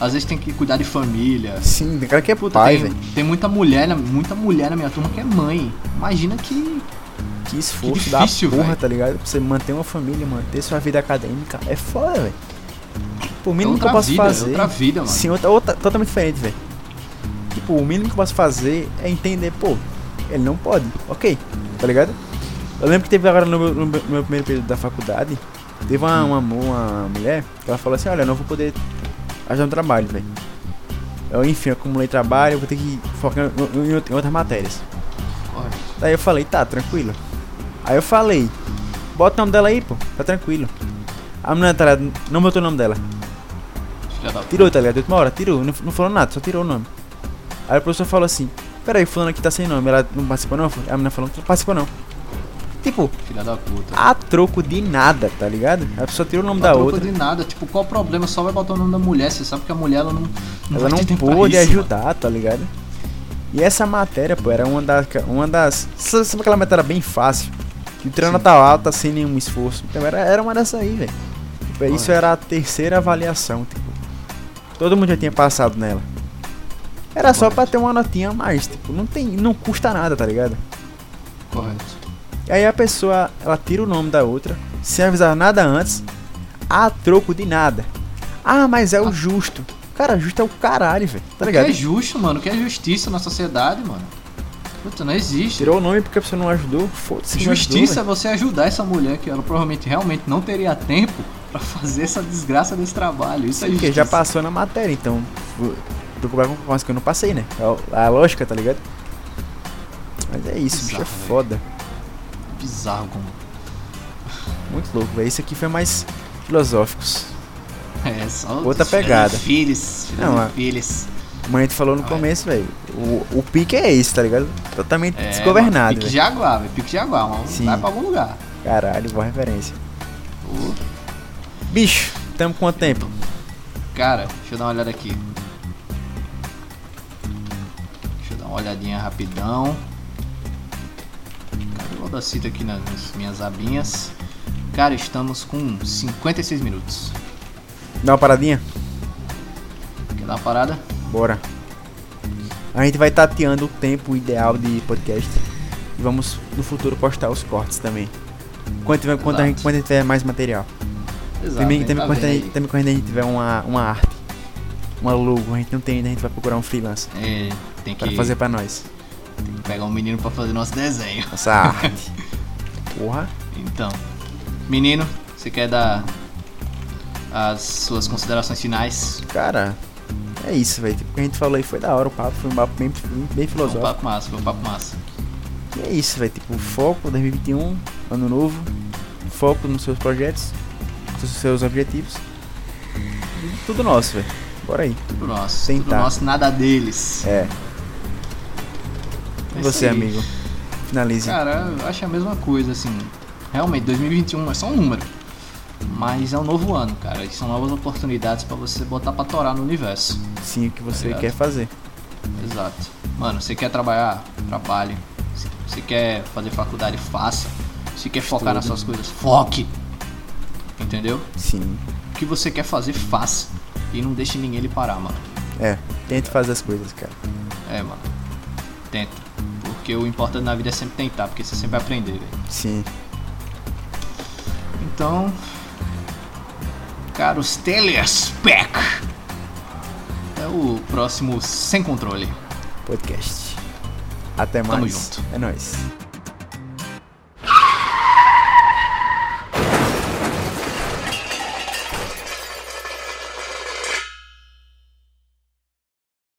S1: às vezes tem que cuidar de família.
S2: Sim, tem cara que é
S1: Puta,
S2: pai,
S1: tem,
S2: velho.
S1: tem muita mulher, na- muita mulher na minha turma que é mãe. Imagina que. é
S2: Que esforço
S1: que
S2: da
S1: difícil,
S2: porra,
S1: velho.
S2: tá ligado? Pra você manter uma família, manter sua vida acadêmica. É foda, velho. Tipo, o
S1: É
S2: mínimo que
S1: outra
S2: eu posso
S1: vida, é
S2: fazer.
S1: outra vida, mano.
S2: Sim, outra, outra- totalmente diferente, velho. Tipo, o mínimo que eu posso fazer é entender, pô, ele não pode, ok, tá ligado? Eu lembro que teve agora no meu, no meu- no meu primeiro período da faculdade, teve uma, uma, mu- uma mulher que ela falou assim, olha, eu não vou poder ajudar no trabalho, velho. Eu, enfim, acumulei trabalho, eu vou ter que focar em, em- em out- em outras matérias.
S1: Olha,
S2: Daí eu falei, tá, tranquilo. Aí eu falei, bota o nome dela aí, pô, tá tranquilo. A menina, tá ligado, não botou o nome dela.
S1: filha da
S2: Tirou, tá ligado? De última hora, tirou. Não, não falou nada, só tirou o nome. Aí o professor falou assim: Peraí, fulano aqui tá sem nome, ela não participou não? A menina falou: Não participou não. Tipo,
S1: filha da puta.
S2: a troco de nada, tá ligado? A pessoa tirou o nome da
S1: Não
S2: outra.
S1: de nada. Tipo, qual o problema? Só vai botar o nome da mulher. Você sabe que a mulher ela não.
S2: Ela
S1: vai ter
S2: não
S1: tempo pra
S2: pôde
S1: isso, mano.
S2: ajudar, tá ligado? E essa matéria, pô, era uma das. Uma das sabe aquela matéria bem fácil? Que Entrando
S1: Sim.
S2: nota alta sem nenhum esforço. Então era, era uma dessa aí, velho. Tipo, isso era a terceira avaliação, tipo. Todo mundo já tinha passado nela. Era só
S1: Correto.
S2: pra ter uma notinha a mais, tipo, não tem, não custa nada, tá ligado?
S1: Correto.
S2: E aí a pessoa, ela tira o nome da outra, sem avisar nada antes, a troco de nada. Ah, mas é o justo. Cara, justo é o caralho, velho.
S1: O que
S2: Tá ligado?
S1: é justo, mano. O que é justiça na sociedade, mano. Puta, não existe.
S2: Tirou o nome porque você não ajudou? Foda-se. não ajudou,
S1: Justiça é você ajudar essa mulher que ela provavelmente realmente não teria tempo pra fazer essa desgraça desse trabalho. Isso é
S2: Sim, porque
S1: justiça.
S2: já passou na matéria, então. vou- Tô cobrando com coisa que eu não passei, né? É A a lógica, tá ligado? Mas é isso, bicho,
S1: Bizarro,
S2: é
S1: velho.
S2: foda.
S1: Bizarro como.
S2: Muito louco, velho. Isso aqui foi mais filosóficos.
S1: É, só
S2: Outra
S1: filhas e
S2: pegada.
S1: Filhos, filhos
S2: Não, é
S1: e filhos.
S2: Como a gente falou no
S1: Ah, é.
S2: começo, velho. O, o pique é esse, tá ligado? Totalmente
S1: É, mano,
S2: desgovernado,
S1: Pique
S2: velho.
S1: Jaguar, velho. Pique Jaguar, mano.
S2: Sim.
S1: Vai pra algum lugar.
S2: Caralho, boa referência.
S1: Ô,
S2: Bicho, tamo com quanto tempo?
S1: Cara, deixa eu dar uma olhada aqui. Deixa eu dar uma olhadinha rapidão. Cara, eu vou dar cita aqui nas nas minhas abinhas. Cara, estamos com 56 minutos.
S2: Dá uma paradinha?
S1: Quer dar uma parada?
S2: Bora. A gente vai tateando o tempo ideal de podcast. E vamos no futuro postar os cortes também. Quando tiver, quando a gente,
S1: Exato.
S2: quando a gente tiver mais material.
S1: Exato.
S2: Também,
S1: hein?
S2: também,
S1: Tá
S2: quando a
S1: vendo
S2: gente,
S1: aí.
S2: também quando a gente tiver uma, uma arte, uma logo, a gente não tem ainda, a gente vai procurar um freelancer
S1: É, tem
S2: pra
S1: que
S2: fazer pra nós.
S1: pegar um menino pra fazer nosso desenho.
S2: Essa arte. Porra.
S1: Então, menino, você quer dar as suas considerações finais?
S2: Cara, é isso, velho. Tipo, o que a gente falou aí foi da hora o papo, foi um papo bem,
S1: Foi
S2: bem
S1: um
S2: filosófico.
S1: papo massa, foi um papo massa.
S2: E é isso, velho. Tipo, foco 2021, ano novo. Foco nos seus projetos, nos seus objetivos. E Tudo nosso, velho. Bora aí.
S1: Tudo nosso. Tudo
S2: Tentar.
S1: nosso, nada deles.
S2: É.
S1: É
S2: E
S1: isso
S2: você,
S1: aí. Ah.
S2: amigo? Finalize.
S1: Cara, eu acho a mesma coisa, assim. Realmente, 2021 é só um número. Mas é um novo ano, cara. E são novas oportunidades pra você botar pra torar no universo.
S2: Sim, o que você
S1: Obrigado.
S2: quer fazer.
S1: Exato. Mano, você quer trabalhar? Trabalhe. Se- Você quer fazer faculdade? Faça. Se quer focar nas suas coisas? Foque! Entendeu?
S2: Sim.
S1: O que você quer fazer, faça. E não deixe ninguém lhe parar, mano.
S2: É. Tente fazer as coisas, cara.
S1: É, mano. Tenta. Porque o importante na vida é sempre tentar, porque você sempre vai aprender, velho.
S2: Sim.
S1: Então. Caros Telespec! Até o próximo Sem Controle.
S2: podcast. Até mais.
S1: Tamo junto.
S2: É nóis.